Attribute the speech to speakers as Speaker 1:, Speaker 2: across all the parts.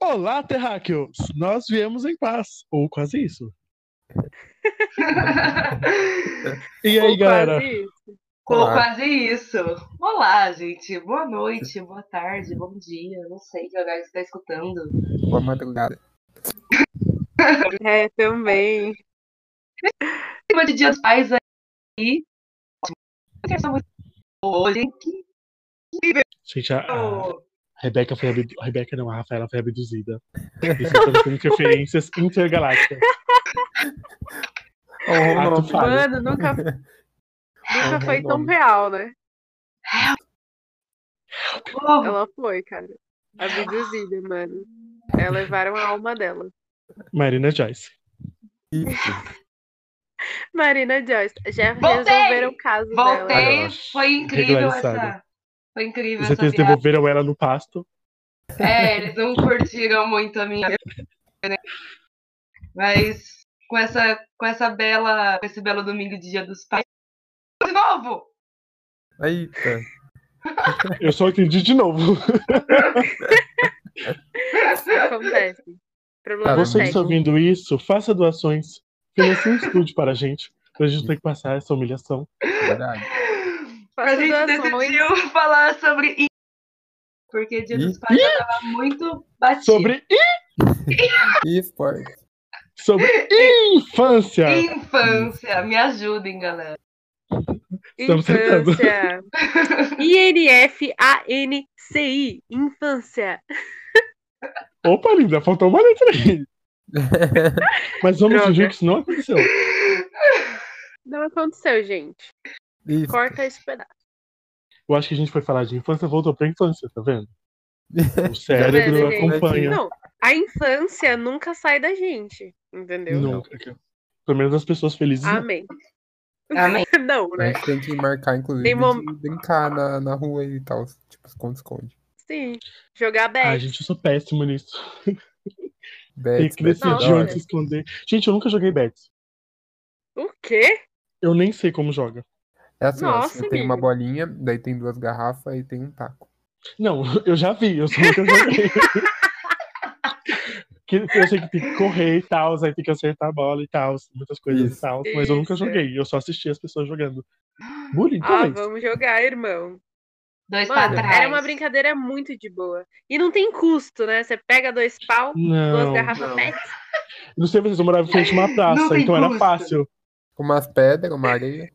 Speaker 1: Olá, Terráqueos! Nós viemos em paz, ou quase isso. E aí,
Speaker 2: Ou
Speaker 1: galera?
Speaker 2: quase isso.
Speaker 3: Ou
Speaker 4: Olá.
Speaker 3: quase isso. Olá, gente. Boa noite, boa tarde, bom dia. Não sei que horário você está escutando.
Speaker 4: Boa madrugada.
Speaker 2: É, também.
Speaker 3: Clima de dia dos pais aí. Ótimo. Essa música Hoje, hein, que
Speaker 1: Gente, a, a
Speaker 3: eu-
Speaker 1: Rebeca foi abdu... a Rebeca não, a Rafaela foi abduzida. Isso tá tendo interferências intergalácticas.
Speaker 4: Ô,
Speaker 1: É um
Speaker 4: Romulo,
Speaker 1: Ato falho.
Speaker 2: Mano, nunca, nunca foi tão
Speaker 1: é nome.
Speaker 2: real, né?
Speaker 3: Oh,
Speaker 2: Ela foi, cara. Abduzida, mano. É, levaram a alma dela.
Speaker 1: Marina Joyce.
Speaker 4: isso.
Speaker 2: Marina Joyce. Já
Speaker 3: Voltei!
Speaker 2: resolveram o caso dela.
Speaker 3: voltei.
Speaker 1: Agora,
Speaker 3: Foi incrível
Speaker 1: regularizado.
Speaker 3: essa. Foi incrível essa
Speaker 1: Vocês
Speaker 3: piada.
Speaker 1: devolveram ela no pasto.
Speaker 3: É, eles não curtiram muito a minha. né? Mas com essa, com essa bela, com esse belo domingo de dia dos pais. De novo!
Speaker 4: Eita.
Speaker 1: Eu só entendi de novo.
Speaker 2: Acontece. Problema
Speaker 4: Tá,
Speaker 1: Você que
Speaker 4: vocês
Speaker 1: está
Speaker 2: técnico.
Speaker 1: ouvindo isso, faça doações. Financie um estúdio para a gente. Pra gente não ter que passar essa humilhação.
Speaker 4: Verdade.
Speaker 3: A
Speaker 2: Faça
Speaker 3: gente
Speaker 2: doações.
Speaker 3: decidiu falar sobre isso. Porque Dia dos
Speaker 4: Ih.
Speaker 3: Pais já tava muito batido.
Speaker 1: Sobre,
Speaker 4: E esporte.
Speaker 1: sobre infância!
Speaker 3: Infância, me ajudem, galera.
Speaker 1: Estamos tentando.
Speaker 2: Infância. I-N-F-A-N-C-I. Infância.
Speaker 1: Opa, linda, faltou uma letra aí. Mas vamos
Speaker 2: Droga.
Speaker 1: fingir que isso não aconteceu.
Speaker 2: Não aconteceu, gente.
Speaker 4: Isso.
Speaker 2: Corta esse pedaço.
Speaker 1: Eu acho que a gente foi falar de infância, voltou pra infância, tá vendo? O cérebro
Speaker 2: Tá vendo, gente?
Speaker 1: acompanha.
Speaker 2: Não, a infância nunca sai da gente. Entendeu?
Speaker 1: Nunca. Pelo menos as pessoas felizes. não.
Speaker 2: Amém.
Speaker 3: Amém.
Speaker 2: Não,
Speaker 4: A
Speaker 1: É.
Speaker 2: né?
Speaker 4: gente tem que marcar, inclusive,
Speaker 2: Tem mom-
Speaker 4: de brincar na, na rua e tal. Tipo, esconde-esconde.
Speaker 2: Sim. Jogar
Speaker 1: Ai,
Speaker 2: bad.
Speaker 1: Ah, gente, eu sou péssimo nisso. Tem
Speaker 4: Bets,
Speaker 1: que
Speaker 4: bets,
Speaker 1: decidir
Speaker 4: da
Speaker 2: Nossa.
Speaker 1: onde se esconder. Gente, eu nunca joguei bets.
Speaker 2: O quê?
Speaker 1: Eu nem sei como joga.
Speaker 4: É assim, ó,
Speaker 2: Nossa,
Speaker 4: você tem uma
Speaker 2: amigo.
Speaker 4: bolinha, daí tem duas garrafas e tem um taco.
Speaker 1: Não, eu já vi, eu só nunca joguei. Que- Eu sei que tem que correr e tal, aí tem que acertar a bola e tal, muitas coisas e
Speaker 4: Isso.
Speaker 1: tal, mas eu nunca
Speaker 2: Isso.
Speaker 1: joguei, eu só assisti as pessoas jogando. Bullying,
Speaker 2: Ah,
Speaker 1: talvez.
Speaker 2: vamos jogar, irmão.
Speaker 3: Dois pra
Speaker 2: Mano,
Speaker 3: trás.
Speaker 2: era uma brincadeira muito de boa. E não tem custo, né? Você pega dois pau, duas
Speaker 1: Não,
Speaker 2: garrafas pet.
Speaker 1: não sei vocês, eu morava em frente a uma
Speaker 3: Não
Speaker 1: praça,
Speaker 3: tem
Speaker 1: então era
Speaker 3: custo.
Speaker 1: fácil.
Speaker 4: Umas pedras, uma areia.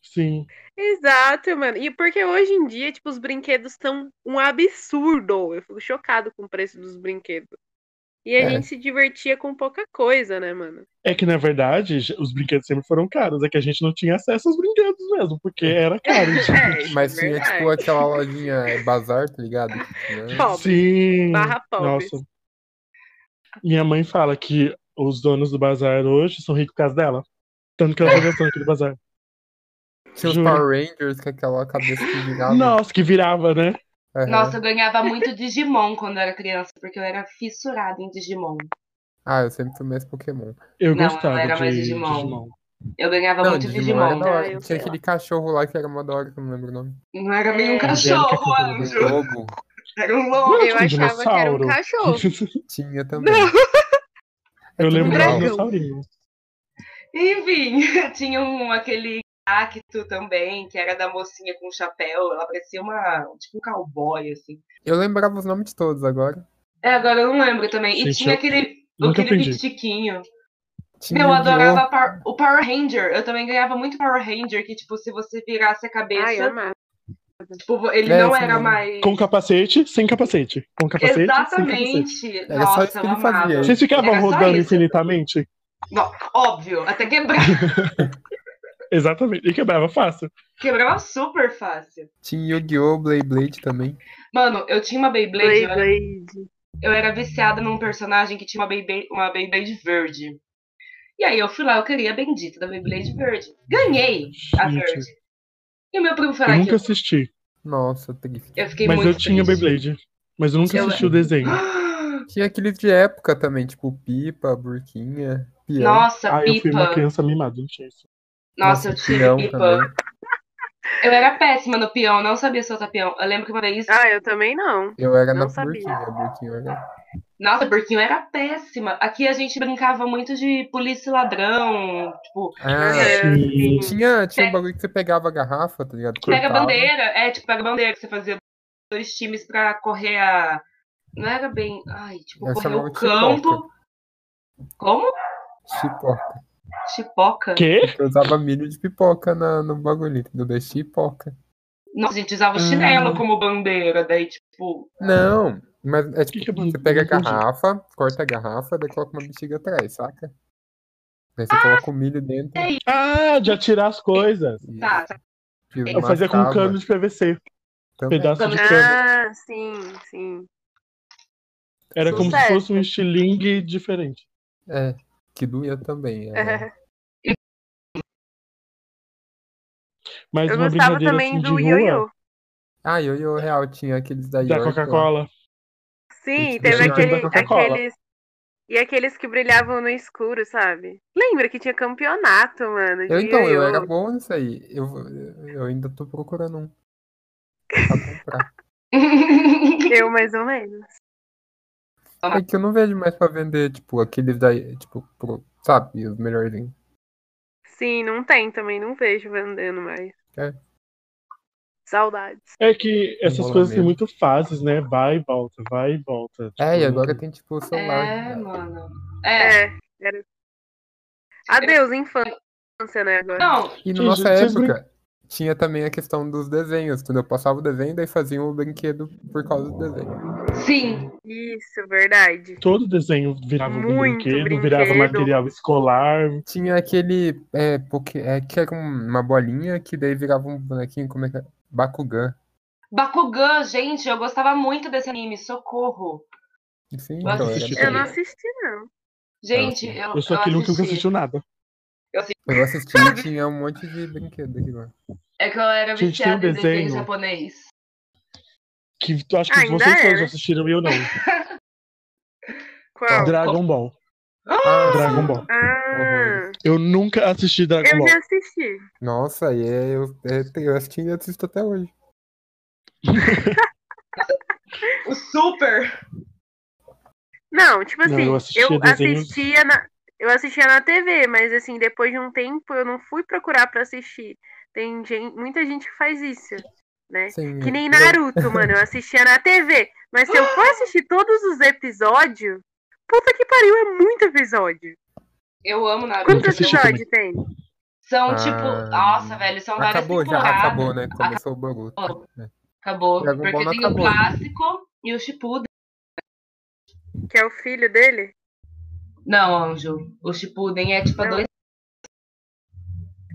Speaker 1: Sim.
Speaker 2: Exato, mano. E porque hoje em dia, tipo, os brinquedos estão um absurdo. Eu fico chocado com o preço dos brinquedos. E a
Speaker 4: É.
Speaker 2: gente se divertia com pouca coisa, né, mano?
Speaker 1: É que, na verdade, j- os brinquedos sempre foram caros. É que a gente não tinha acesso aos brinquedos mesmo, porque era caro.
Speaker 2: É,
Speaker 4: Mas tinha,
Speaker 2: verdade.
Speaker 4: tipo, aquela lojinha é, bazar, tá ligado? Que tinha-
Speaker 2: Pobre.
Speaker 1: Sim.
Speaker 2: Barra pobre.
Speaker 1: Nossa. Minha mãe fala que os donos do bazar hoje são ricos por causa dela. Tanto que ela tá gastando aquele bazar.
Speaker 4: Tinha os
Speaker 1: Juro.
Speaker 4: Power Rangers com aquela cabeça que virava.
Speaker 1: Nossa, que virava, né?
Speaker 4: Aham.
Speaker 3: Nossa, eu ganhava muito Digimon quando eu era criança, porque eu era fissurada em Digimon.
Speaker 4: Ah, eu sempre fui mais Pokémon.
Speaker 1: Eu
Speaker 3: Não,
Speaker 1: gostava
Speaker 3: era
Speaker 1: de
Speaker 3: mais
Speaker 1: de
Speaker 3: Digimon.
Speaker 1: Digimon.
Speaker 3: Eu ganhava muito
Speaker 4: era
Speaker 3: Digimon.
Speaker 4: da hora.
Speaker 2: É Ah, eu sei
Speaker 4: Tinha aquele cachorro lá que era uma da hora, que eu não lembro o nome.
Speaker 3: Não era bem um
Speaker 2: É.
Speaker 3: cachorro,
Speaker 1: Angélica
Speaker 3: anjo.
Speaker 4: Lobo.
Speaker 3: Era um
Speaker 1: Não
Speaker 3: louco.
Speaker 1: era
Speaker 2: Eu
Speaker 1: tipo um
Speaker 2: achava que era um
Speaker 1: dinossauro.
Speaker 2: cachorro.
Speaker 4: Tinha também.
Speaker 1: Eu
Speaker 3: um
Speaker 1: lembro
Speaker 4: legal.
Speaker 1: do dinossaurinho.
Speaker 3: Enfim, tinha um, aquele cacto também, que era da mocinha com chapéu. Ela parecia uma, tipo um cowboy, assim.
Speaker 4: Eu lembrava os nomes de todos agora.
Speaker 3: É, agora eu não lembro também. E
Speaker 1: Gente,
Speaker 3: tinha
Speaker 1: eu
Speaker 3: aquele,
Speaker 1: Nunca
Speaker 3: aquele
Speaker 1: aprendi.
Speaker 3: pitiquinho.
Speaker 4: Tinha
Speaker 3: Meu, eu
Speaker 4: o Yu-Gi-Oh!
Speaker 3: adorava Par- o Power Ranger. Eu também ganhava muito Power Ranger, que, tipo, se você virasse a
Speaker 2: Ai, eu
Speaker 3: cabeça,
Speaker 2: amava.
Speaker 3: tipo, ele
Speaker 4: É,
Speaker 3: não
Speaker 4: sim.
Speaker 3: era mais.
Speaker 1: Com capacete, sem capacete. Com capacete, sem capacete.
Speaker 3: Exatamente.
Speaker 4: Era só isso
Speaker 3: Nossa,
Speaker 4: que
Speaker 3: eu
Speaker 4: ele fazia.
Speaker 3: amava.
Speaker 1: Vocês ficavam
Speaker 3: Era só
Speaker 1: rodando
Speaker 3: isso.
Speaker 1: infinitamente?
Speaker 3: Não, óbvio, até quebrar.
Speaker 1: Exatamente. E quebrava fácil.
Speaker 3: Quebrava super fácil.
Speaker 4: Tinha Yu-Gi-Oh! Blade Blade também.
Speaker 3: Mano, eu tinha uma Beyblade, eu era-
Speaker 2: Beyblade.
Speaker 3: eu era viciada num personagem que tinha uma Beyblade, uma Beyblade verde. E aí eu fui lá, eu queria a bendita da Beyblade verde. Ganhei a
Speaker 1: Gente,
Speaker 3: verde. E o meu primo foi lá
Speaker 1: eu
Speaker 3: que
Speaker 1: nunca
Speaker 3: eu,
Speaker 1: assisti.
Speaker 4: Nossa, triste.
Speaker 3: eu fiquei
Speaker 1: Mas
Speaker 3: muito
Speaker 1: eu tinha
Speaker 3: triste.
Speaker 1: Beyblade. Mas eu nunca
Speaker 3: Eu-
Speaker 1: assisti o desenho.
Speaker 4: Tinha aqueles de época também, tipo pipa, burquinha, peão.
Speaker 3: Nossa,
Speaker 1: Ah, eu fui uma
Speaker 3: pipa.
Speaker 1: criança mimada, não tinha isso.
Speaker 3: Nossa, eu tive
Speaker 4: peão
Speaker 3: pipa.
Speaker 4: também.
Speaker 3: Eu era péssima no peão, não sabia soltar peão. Eu lembro que uma vez
Speaker 2: Ah, eu também não.
Speaker 4: Eu era
Speaker 2: Não
Speaker 4: na
Speaker 2: sabia.
Speaker 4: burquinha, a burquinha era...
Speaker 3: Nossa, Burquinho era péssima. Aqui a gente brincava muito de polícia e ladrão, tipo,
Speaker 4: Ah,
Speaker 2: É,
Speaker 1: sim.
Speaker 2: assim,
Speaker 4: tinha, tinha um bagulho que você pegava a garrafa, tá ligado?
Speaker 3: É. pega
Speaker 4: Cortava.
Speaker 3: bandeira. É, tipo, pega bandeira, que você fazia dois times pra correr a. Não era bem. Ai, tipo,
Speaker 4: Eu
Speaker 3: correr
Speaker 4: chamava
Speaker 3: o
Speaker 4: de chipoca.
Speaker 3: campo. Como?
Speaker 4: Chipoca.
Speaker 3: Chipoca?
Speaker 1: Quê?
Speaker 4: Eu usava milho de pipoca na, no bagulho, entendeu? Da chipoca.
Speaker 3: Nossa, a gente usava o chinelo
Speaker 4: Ah.
Speaker 3: como bandeira, daí, tipo.
Speaker 4: Não, mas é tipo,
Speaker 1: Que que é
Speaker 4: você
Speaker 1: bandeira?
Speaker 4: pega a
Speaker 1: Não entendi.
Speaker 4: garrafa, corta a garrafa, daí coloca uma bexiga atrás, saca? Daí você coloca o milho dentro.
Speaker 3: sei.
Speaker 1: Ah, de atirar as coisas.
Speaker 4: e-
Speaker 3: Tá, tá.
Speaker 4: e
Speaker 3: Eu
Speaker 1: Eu fazia com um
Speaker 4: mascava
Speaker 1: cano de PVC.
Speaker 4: também.
Speaker 1: um Pedaço de
Speaker 3: Também.
Speaker 1: cano.
Speaker 2: Ah, sim, sim.
Speaker 1: Era como se
Speaker 2: Sucesso.
Speaker 1: fosse um estilingue diferente.
Speaker 4: É, que doía também. É.
Speaker 2: É.
Speaker 1: Mas
Speaker 2: Eu
Speaker 1: uma
Speaker 2: gostava
Speaker 1: brincadeira
Speaker 2: também
Speaker 1: assim de
Speaker 2: do
Speaker 1: rua,
Speaker 2: ioiô.
Speaker 4: Ah, ioiô real, tinha aqueles da
Speaker 1: da
Speaker 4: York. ó.
Speaker 1: Coca-Cola.
Speaker 2: Sim,
Speaker 4: Isso,
Speaker 2: teve
Speaker 4: isso
Speaker 2: aquele,
Speaker 1: da Coca-Cola.
Speaker 2: aqueles. E aqueles que brilhavam no escuro, sabe? Lembra que tinha campeonato, mano.
Speaker 4: Eu
Speaker 2: de
Speaker 4: então,
Speaker 2: ioiô.
Speaker 4: eu era bom nisso aí. Eu, eu ainda tô procurando um pra comprar.
Speaker 2: Eu mais ou menos.
Speaker 4: É que eu não vejo mais pra vender, tipo, aqueles da. Tipo, pro- sabe, os
Speaker 1: Tipo,
Speaker 4: melhorzinhos.
Speaker 2: Sim, não tem também, não vejo vendendo mais.
Speaker 4: É.
Speaker 2: Saudades.
Speaker 1: É que essas
Speaker 4: Enrola
Speaker 1: coisas têm
Speaker 4: mesmo.
Speaker 1: muito fases, né? Vai e volta, vai e volta.
Speaker 4: É, e
Speaker 1: Tipo,
Speaker 4: agora tem, tipo, o celular.
Speaker 3: É, mano. É.
Speaker 2: É, era. Adeus, infância, né? Agora.
Speaker 3: Não,
Speaker 4: E na
Speaker 1: Gente,
Speaker 4: nossa
Speaker 1: vocês
Speaker 4: época, tinha também a questão dos desenhos, entendeu? Eu passava o desenho, daí fazia o brinquedo por causa do desenho.
Speaker 3: sim.
Speaker 2: Isso, verdade.
Speaker 1: Todo desenho virava um
Speaker 2: Muito
Speaker 1: brinquedo, virava
Speaker 2: brinquedo.
Speaker 1: material escolar.
Speaker 4: Tinha aquele. É, porque, é que era um- uma bolinha que daí virava um bonequinho, como é que é? Bakugan.
Speaker 3: Bakugan, gente, eu gostava muito desse anime, socorro.
Speaker 4: Sim,
Speaker 3: Eu
Speaker 4: então,
Speaker 3: assisti
Speaker 4: era
Speaker 2: Eu não
Speaker 4: bem-
Speaker 2: assisti, não.
Speaker 3: Gente,
Speaker 4: Eu
Speaker 3: eu,
Speaker 1: Eu sou aquele um que nunca
Speaker 3: assisti.
Speaker 1: assistiu nada.
Speaker 4: eu assisti e tinha um monte de brinquedo aqui lá.
Speaker 3: É que eu era
Speaker 1: Gente, tem um
Speaker 3: viciada em desenho
Speaker 1: desenho.
Speaker 3: japonês.
Speaker 1: Que eu acho que
Speaker 2: Ainda
Speaker 1: vocês
Speaker 2: é,
Speaker 1: todos
Speaker 2: né?
Speaker 1: assistiram e eu não.
Speaker 2: Qual?
Speaker 1: Dragon Ball.
Speaker 4: Ah,
Speaker 1: Dragon Ball.
Speaker 2: Ah,
Speaker 1: Eu nunca assisti
Speaker 4: Tá
Speaker 1: Dragon
Speaker 2: eu
Speaker 1: Ball.
Speaker 2: já assisti.
Speaker 4: Nossa, e é, eu, é, tem- eu assisti e assisto até hoje.
Speaker 3: O Super!
Speaker 2: Não, tipo
Speaker 1: Não,
Speaker 2: assim,
Speaker 1: eu
Speaker 2: eu,
Speaker 1: assistia desenhos-
Speaker 2: assistia na. Eu assistia na TV, mas assim, depois de um tempo eu não fui procurar pra assistir. Tem gente, muita gente que faz isso, né?
Speaker 4: Sim,
Speaker 2: Que nem
Speaker 4: eu-
Speaker 2: Naruto, mano. Eu assistia na TV. Mas se eu for assistir todos os episódios, puta que pariu, é muito episódio.
Speaker 3: Eu amo Naruto.
Speaker 1: Nunca
Speaker 2: Quantos
Speaker 1: assisti
Speaker 2: episódios tem?
Speaker 3: São
Speaker 4: Ah.
Speaker 3: tipo. Nossa, velho, são várias
Speaker 4: Acabou já,
Speaker 3: temporadas.
Speaker 4: acabou, né? Começou o Boruto.
Speaker 3: Acabou.
Speaker 4: né?
Speaker 3: Acabou.
Speaker 4: Dragon Ball
Speaker 3: Porque
Speaker 4: não
Speaker 3: tem
Speaker 4: acabou.
Speaker 3: o clássico e o Shippuden.
Speaker 2: Que é o filho dele?
Speaker 3: Não, Anjo. O Shippuden é tipo a
Speaker 2: Não.
Speaker 3: dois.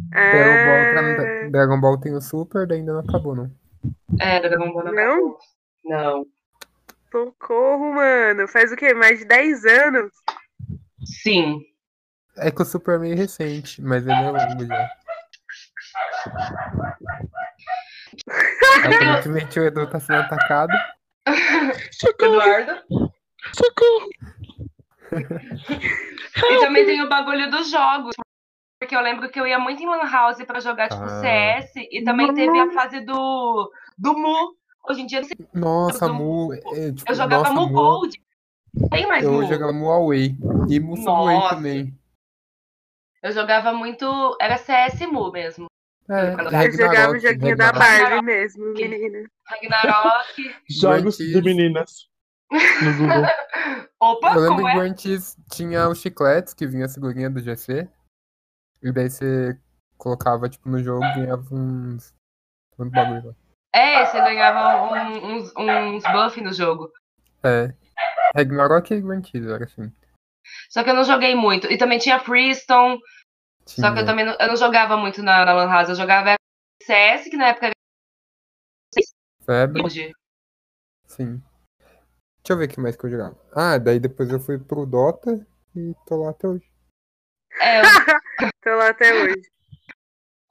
Speaker 4: Dragon Ball, tá
Speaker 2: Ah,
Speaker 4: no- Dragon Ball tem o Super, daí ainda não acabou, não.
Speaker 3: É, Dragon Ball não
Speaker 2: Não?
Speaker 3: acabou. Não.
Speaker 2: socorro, mano. Faz o quê? Mais de 10 anos?
Speaker 3: Sim.
Speaker 4: É que o Super é meio recente, mas ele é longo já. Aparentemente o Edu tá sendo atacado.
Speaker 3: Eduardo.
Speaker 1: Socorro!
Speaker 3: E também tem o bagulho dos jogos. Porque eu lembro que eu ia muito em Lan House pra jogar, tipo,
Speaker 4: Ah.
Speaker 3: CS. E também teve a fase do, do Mu. Hoje em dia não sei,
Speaker 4: Nossa,
Speaker 3: Eu
Speaker 4: Mu. é, tipo,
Speaker 3: eu jogava
Speaker 4: nossa,
Speaker 3: Mu Gold. Não tem mais
Speaker 4: Eu
Speaker 3: Mu.
Speaker 4: jogava Mu Away. E Mu Subway
Speaker 3: Nossa.
Speaker 4: também.
Speaker 3: Eu jogava muito. Era CS Mu mesmo.
Speaker 4: É,
Speaker 3: Eu
Speaker 2: Eu jogava o
Speaker 4: Ragnarok,
Speaker 2: joguinho da
Speaker 4: Ragnarok.
Speaker 2: Barbie mesmo, menina.
Speaker 3: Ragnarok.
Speaker 1: Jogos
Speaker 4: Grunts.
Speaker 1: de meninas. No Google.
Speaker 3: Opa,
Speaker 4: Eu lembro
Speaker 3: como
Speaker 4: que
Speaker 3: é?
Speaker 4: antes tinha os chicletes que vinha a figurinha do GC. E daí você colocava, tipo, no jogo e ganhava uns. uns bagulho lá.
Speaker 3: É, você ganhava um- uns, uns buff no jogo.
Speaker 4: É. Ragnarok e Grand Theft, era assim.
Speaker 3: Só que eu não joguei muito. E também tinha Freestone. Só que eu
Speaker 4: Tinha.
Speaker 3: também não, eu não jogava muito na, na Lan House. Eu jogava CS, que na época era
Speaker 4: Febre,
Speaker 3: hoje.
Speaker 4: sim. Deixa eu ver o que mais que eu jogava. Ah, daí depois eu fui pro Dota e tô lá até hoje.
Speaker 3: É,
Speaker 2: Tô lá até hoje.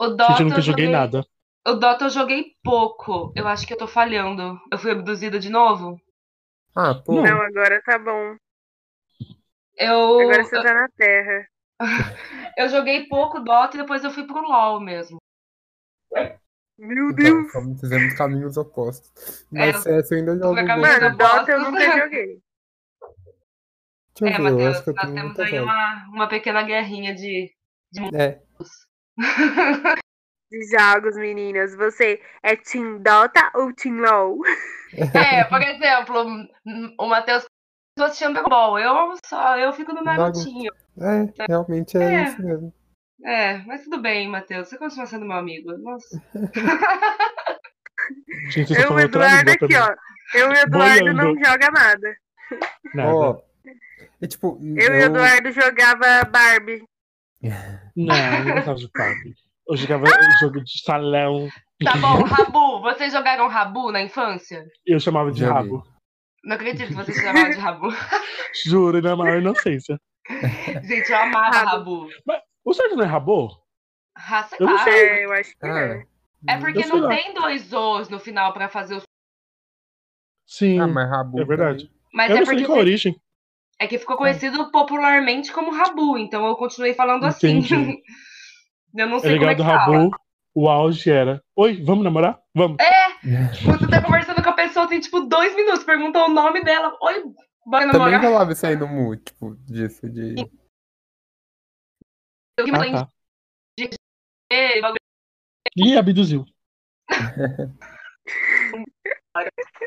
Speaker 3: o, o Dota.
Speaker 1: Gente, eu nunca
Speaker 3: eu
Speaker 1: joguei nada.
Speaker 3: O Dota eu joguei pouco. Eu acho que eu tô falhando. Eu fui abduzida de novo?
Speaker 4: Ah, pô.
Speaker 1: Não.
Speaker 2: Não, agora tá bom.
Speaker 3: Eu,
Speaker 2: Agora você tá na Terra.
Speaker 3: eu joguei pouco Dota e depois eu fui pro LoL mesmo.
Speaker 2: Meu
Speaker 4: Então,
Speaker 2: Deus.
Speaker 1: tá
Speaker 4: fomos- fizemos caminhos opostos.
Speaker 3: É,
Speaker 4: Mas CS eu ainda jogo.
Speaker 3: acabando.
Speaker 4: muito.
Speaker 2: Mano, Dota eu nunca joguei.
Speaker 5: Deixa eu
Speaker 3: é,
Speaker 5: ver, eu acho
Speaker 3: Matheus,
Speaker 5: que eu
Speaker 3: nós
Speaker 5: tenho
Speaker 3: temos
Speaker 5: muita
Speaker 3: aí
Speaker 5: vibe.
Speaker 3: uma, uma pequena guerrinha de.
Speaker 4: É,
Speaker 2: de jogos, meninas. Você é Team Dota ou Team LoL?
Speaker 3: É, por exemplo, o Matheus só chama Dragon Ball. Eu só eu fico no
Speaker 4: Naruto.
Speaker 3: Narutinho.
Speaker 4: é, realmente é,
Speaker 3: É.
Speaker 4: isso mesmo.
Speaker 3: É, mas tudo bem, Matheus. Você continua sendo meu amigo. Nossa.
Speaker 1: Gente, vocês
Speaker 2: Eu
Speaker 1: estão
Speaker 2: o
Speaker 1: muito
Speaker 2: Eduardo
Speaker 1: amigos
Speaker 2: aqui,
Speaker 1: também.
Speaker 2: ó. Eu e o Eduardo não
Speaker 1: Boiando.
Speaker 2: joga nada.
Speaker 1: Nada.
Speaker 4: Ó, e tipo,
Speaker 2: Eu, e o Eduardo jogava Barbie.
Speaker 1: Não, eu não gostava de Barbie. Eu jogava um jogo de salão.
Speaker 3: Tá bom, Rabu. Vocês jogaram Rabu na infância?
Speaker 1: Eu chamava de
Speaker 4: Joguei.
Speaker 1: rabo.
Speaker 3: Não acredito que vocês chamaram de Rabu.
Speaker 1: Juro, na maior inocência.
Speaker 3: Gente, eu amava
Speaker 2: Rabu.
Speaker 3: Rabu.
Speaker 1: O certo não é rabo?
Speaker 3: Raça
Speaker 1: Eu não
Speaker 3: lá.
Speaker 1: sei.
Speaker 2: É, eu acho que é.
Speaker 4: Ah,
Speaker 3: É porque
Speaker 1: Eu Então, sei
Speaker 3: não
Speaker 1: lá.
Speaker 3: tem dois Os no final pra fazer os.
Speaker 1: Sim,
Speaker 4: ah, mas Rabu.
Speaker 1: é verdade.
Speaker 3: Mas
Speaker 1: eu
Speaker 3: é
Speaker 1: não sei
Speaker 3: porque.
Speaker 1: nem qual a origem.
Speaker 3: É que ficou conhecido popularmente como Rabu, então eu continuei falando assim.
Speaker 1: Entendi.
Speaker 3: eu não
Speaker 1: É
Speaker 3: sei como é
Speaker 1: legal
Speaker 3: que
Speaker 1: do
Speaker 3: fala.
Speaker 1: rabo. O auge era. Oi, vamos namorar? Vamos.
Speaker 3: Você tá conversando com a pessoa, tem tipo dois minutos, pergunta o nome dela. Oi, bora
Speaker 4: Também
Speaker 3: namorar.
Speaker 4: rolava isso aí no mu, tipo, disso de.
Speaker 3: Eu que
Speaker 1: Ah,
Speaker 3: falei,
Speaker 1: tá.
Speaker 3: "Ei, bagulho".
Speaker 1: Ih, abduziu.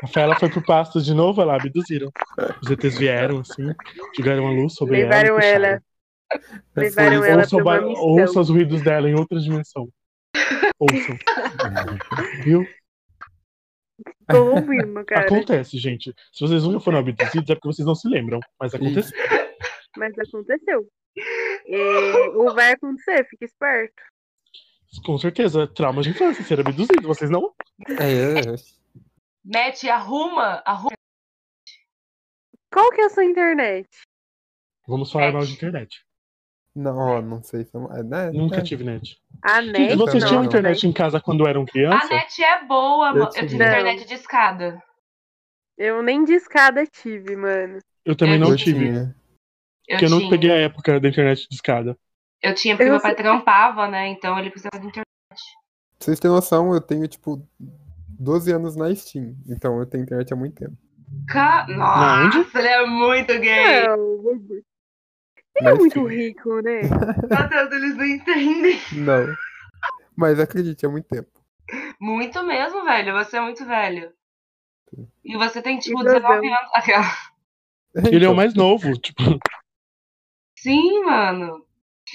Speaker 1: Rafaela foi pro pasto de novo, ela abduziram. Os ETs vieram, assim, jogaram a luz sobre ela. e
Speaker 2: Levaram
Speaker 1: puxaram.
Speaker 2: ela. Levaram
Speaker 4: Foi-
Speaker 2: ela
Speaker 1: ouçam,
Speaker 2: pra uma
Speaker 1: ba-
Speaker 2: missão.
Speaker 1: ouçam os ruídos dela em outra dimensão. Ouçam. Viu?
Speaker 2: Bom mesmo, cara.
Speaker 1: Acontece, gente. Se vocês nunca foram abduzidos, é porque vocês não se lembram. Mas acontece.
Speaker 2: Mas aconteceu. É, ou vai acontecer, fica esperto.
Speaker 1: Com certeza, trauma de infância, ser abduzido. Vocês não.
Speaker 4: É, é, é.
Speaker 3: Mete, arruma, arruma.
Speaker 2: Qual que é a sua internet?
Speaker 1: Vamos falar
Speaker 3: Net.
Speaker 1: mal de internet.
Speaker 4: Não, ó, não sei. se é uma- é, né?
Speaker 1: Nunca
Speaker 4: É.
Speaker 1: tive net.
Speaker 2: A
Speaker 1: Gente,
Speaker 2: net?
Speaker 1: vocês
Speaker 4: não,
Speaker 1: tinham
Speaker 4: não.
Speaker 1: internet em casa quando eram
Speaker 3: A
Speaker 2: Ah, né?
Speaker 1: criança?
Speaker 3: net é boa,
Speaker 4: Eu
Speaker 3: mano. Eu
Speaker 4: tive.
Speaker 3: tive
Speaker 2: Não.
Speaker 3: internet de escada.
Speaker 2: né? Eu nem de escada tive, mano.
Speaker 1: Eu também
Speaker 3: Eu
Speaker 1: não
Speaker 4: Eu
Speaker 1: tive.
Speaker 4: tinha.
Speaker 3: Eu
Speaker 1: Porque eu não
Speaker 3: tinha.
Speaker 1: peguei a época da internet de escada.
Speaker 3: Eu tinha, porque
Speaker 2: Eu
Speaker 3: meu pai trampava, né? Então ele precisava de internet.
Speaker 4: Pra vocês terem noção, eu tenho, tipo, 12 anos na Steam. Então eu tenho internet há muito tempo.
Speaker 3: Ca- Nossa, ele é muito gay.
Speaker 2: Não, ele
Speaker 4: Na
Speaker 2: é muito
Speaker 4: Steam.
Speaker 2: rico, né?
Speaker 3: Meu Deus, eles não entendem.
Speaker 4: Não. Mas acredite, há muito tempo.
Speaker 3: Muito mesmo, velho. Você é muito velho. E você tem, tipo,
Speaker 2: Meu
Speaker 3: 19 anos. Aquela.
Speaker 1: Ele é
Speaker 4: Então,
Speaker 1: o mais novo, tipo,
Speaker 3: Sim, mano.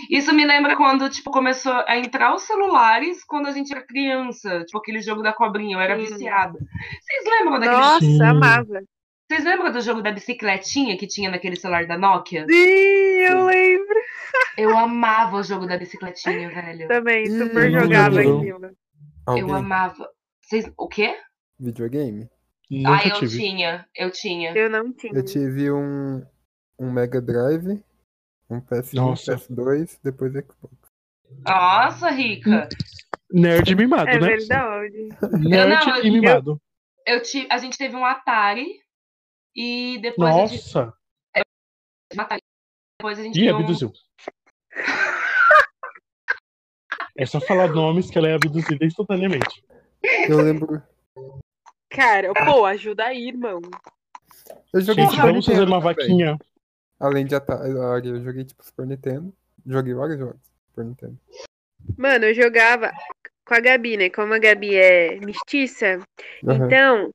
Speaker 3: Isso me lembra quando, tipo, começou a entrar os celulares quando a gente era criança. Tipo, aquele jogo da cobrinha, eu era
Speaker 2: Sim.
Speaker 3: viciada. Vocês lembram daquele.
Speaker 1: Sim.
Speaker 2: Nossa, amava.
Speaker 3: Vocês lembram do jogo da bicicletinha que tinha naquele celular da Nokia?
Speaker 2: Sim, eu lembro
Speaker 3: Eu amava o jogo da bicicletinha, velho.
Speaker 2: também.
Speaker 4: Hum,
Speaker 2: Super
Speaker 1: não
Speaker 2: jogava
Speaker 1: lembro, não.
Speaker 2: aquilo.
Speaker 4: Alguém?
Speaker 3: Eu amava. Vocês... O quê?
Speaker 4: Videogame?
Speaker 3: Ah,
Speaker 1: nunca
Speaker 3: eu
Speaker 1: tive.
Speaker 3: tinha. Eu tinha.
Speaker 2: Eu não tinha.
Speaker 4: Eu tive um, um Mega Drive, um PS1,
Speaker 1: Nossa.
Speaker 4: PS2, depois Xbox.
Speaker 3: Nossa, Rica.
Speaker 1: Nerd mimado,
Speaker 2: É
Speaker 1: né?
Speaker 2: verdade.
Speaker 1: Nerd
Speaker 3: não, eu-
Speaker 1: e mimado.
Speaker 3: Eu tive... A gente teve um Atari. E depois a gente.
Speaker 1: Nossa!
Speaker 3: um Atari. Depois a gente
Speaker 1: Ih,
Speaker 3: teve um...
Speaker 1: abduziu. É só falar nomes que ela é abduzida instantaneamente.
Speaker 4: Eu lembro.
Speaker 2: Cara, pô, ajuda aí, irmão.
Speaker 4: Eu joguei
Speaker 1: Gente,
Speaker 4: Super
Speaker 1: vamos fazer
Speaker 4: Nintendo
Speaker 1: uma
Speaker 4: também.
Speaker 1: vaquinha.
Speaker 4: Além de Atari, eu joguei tipo Super Nintendo. Joguei vários jogos. Super Nintendo.
Speaker 2: Mano, eu jogava com a Gabi, né? Como a Gabi é mestiça,
Speaker 4: Aham.
Speaker 2: Então,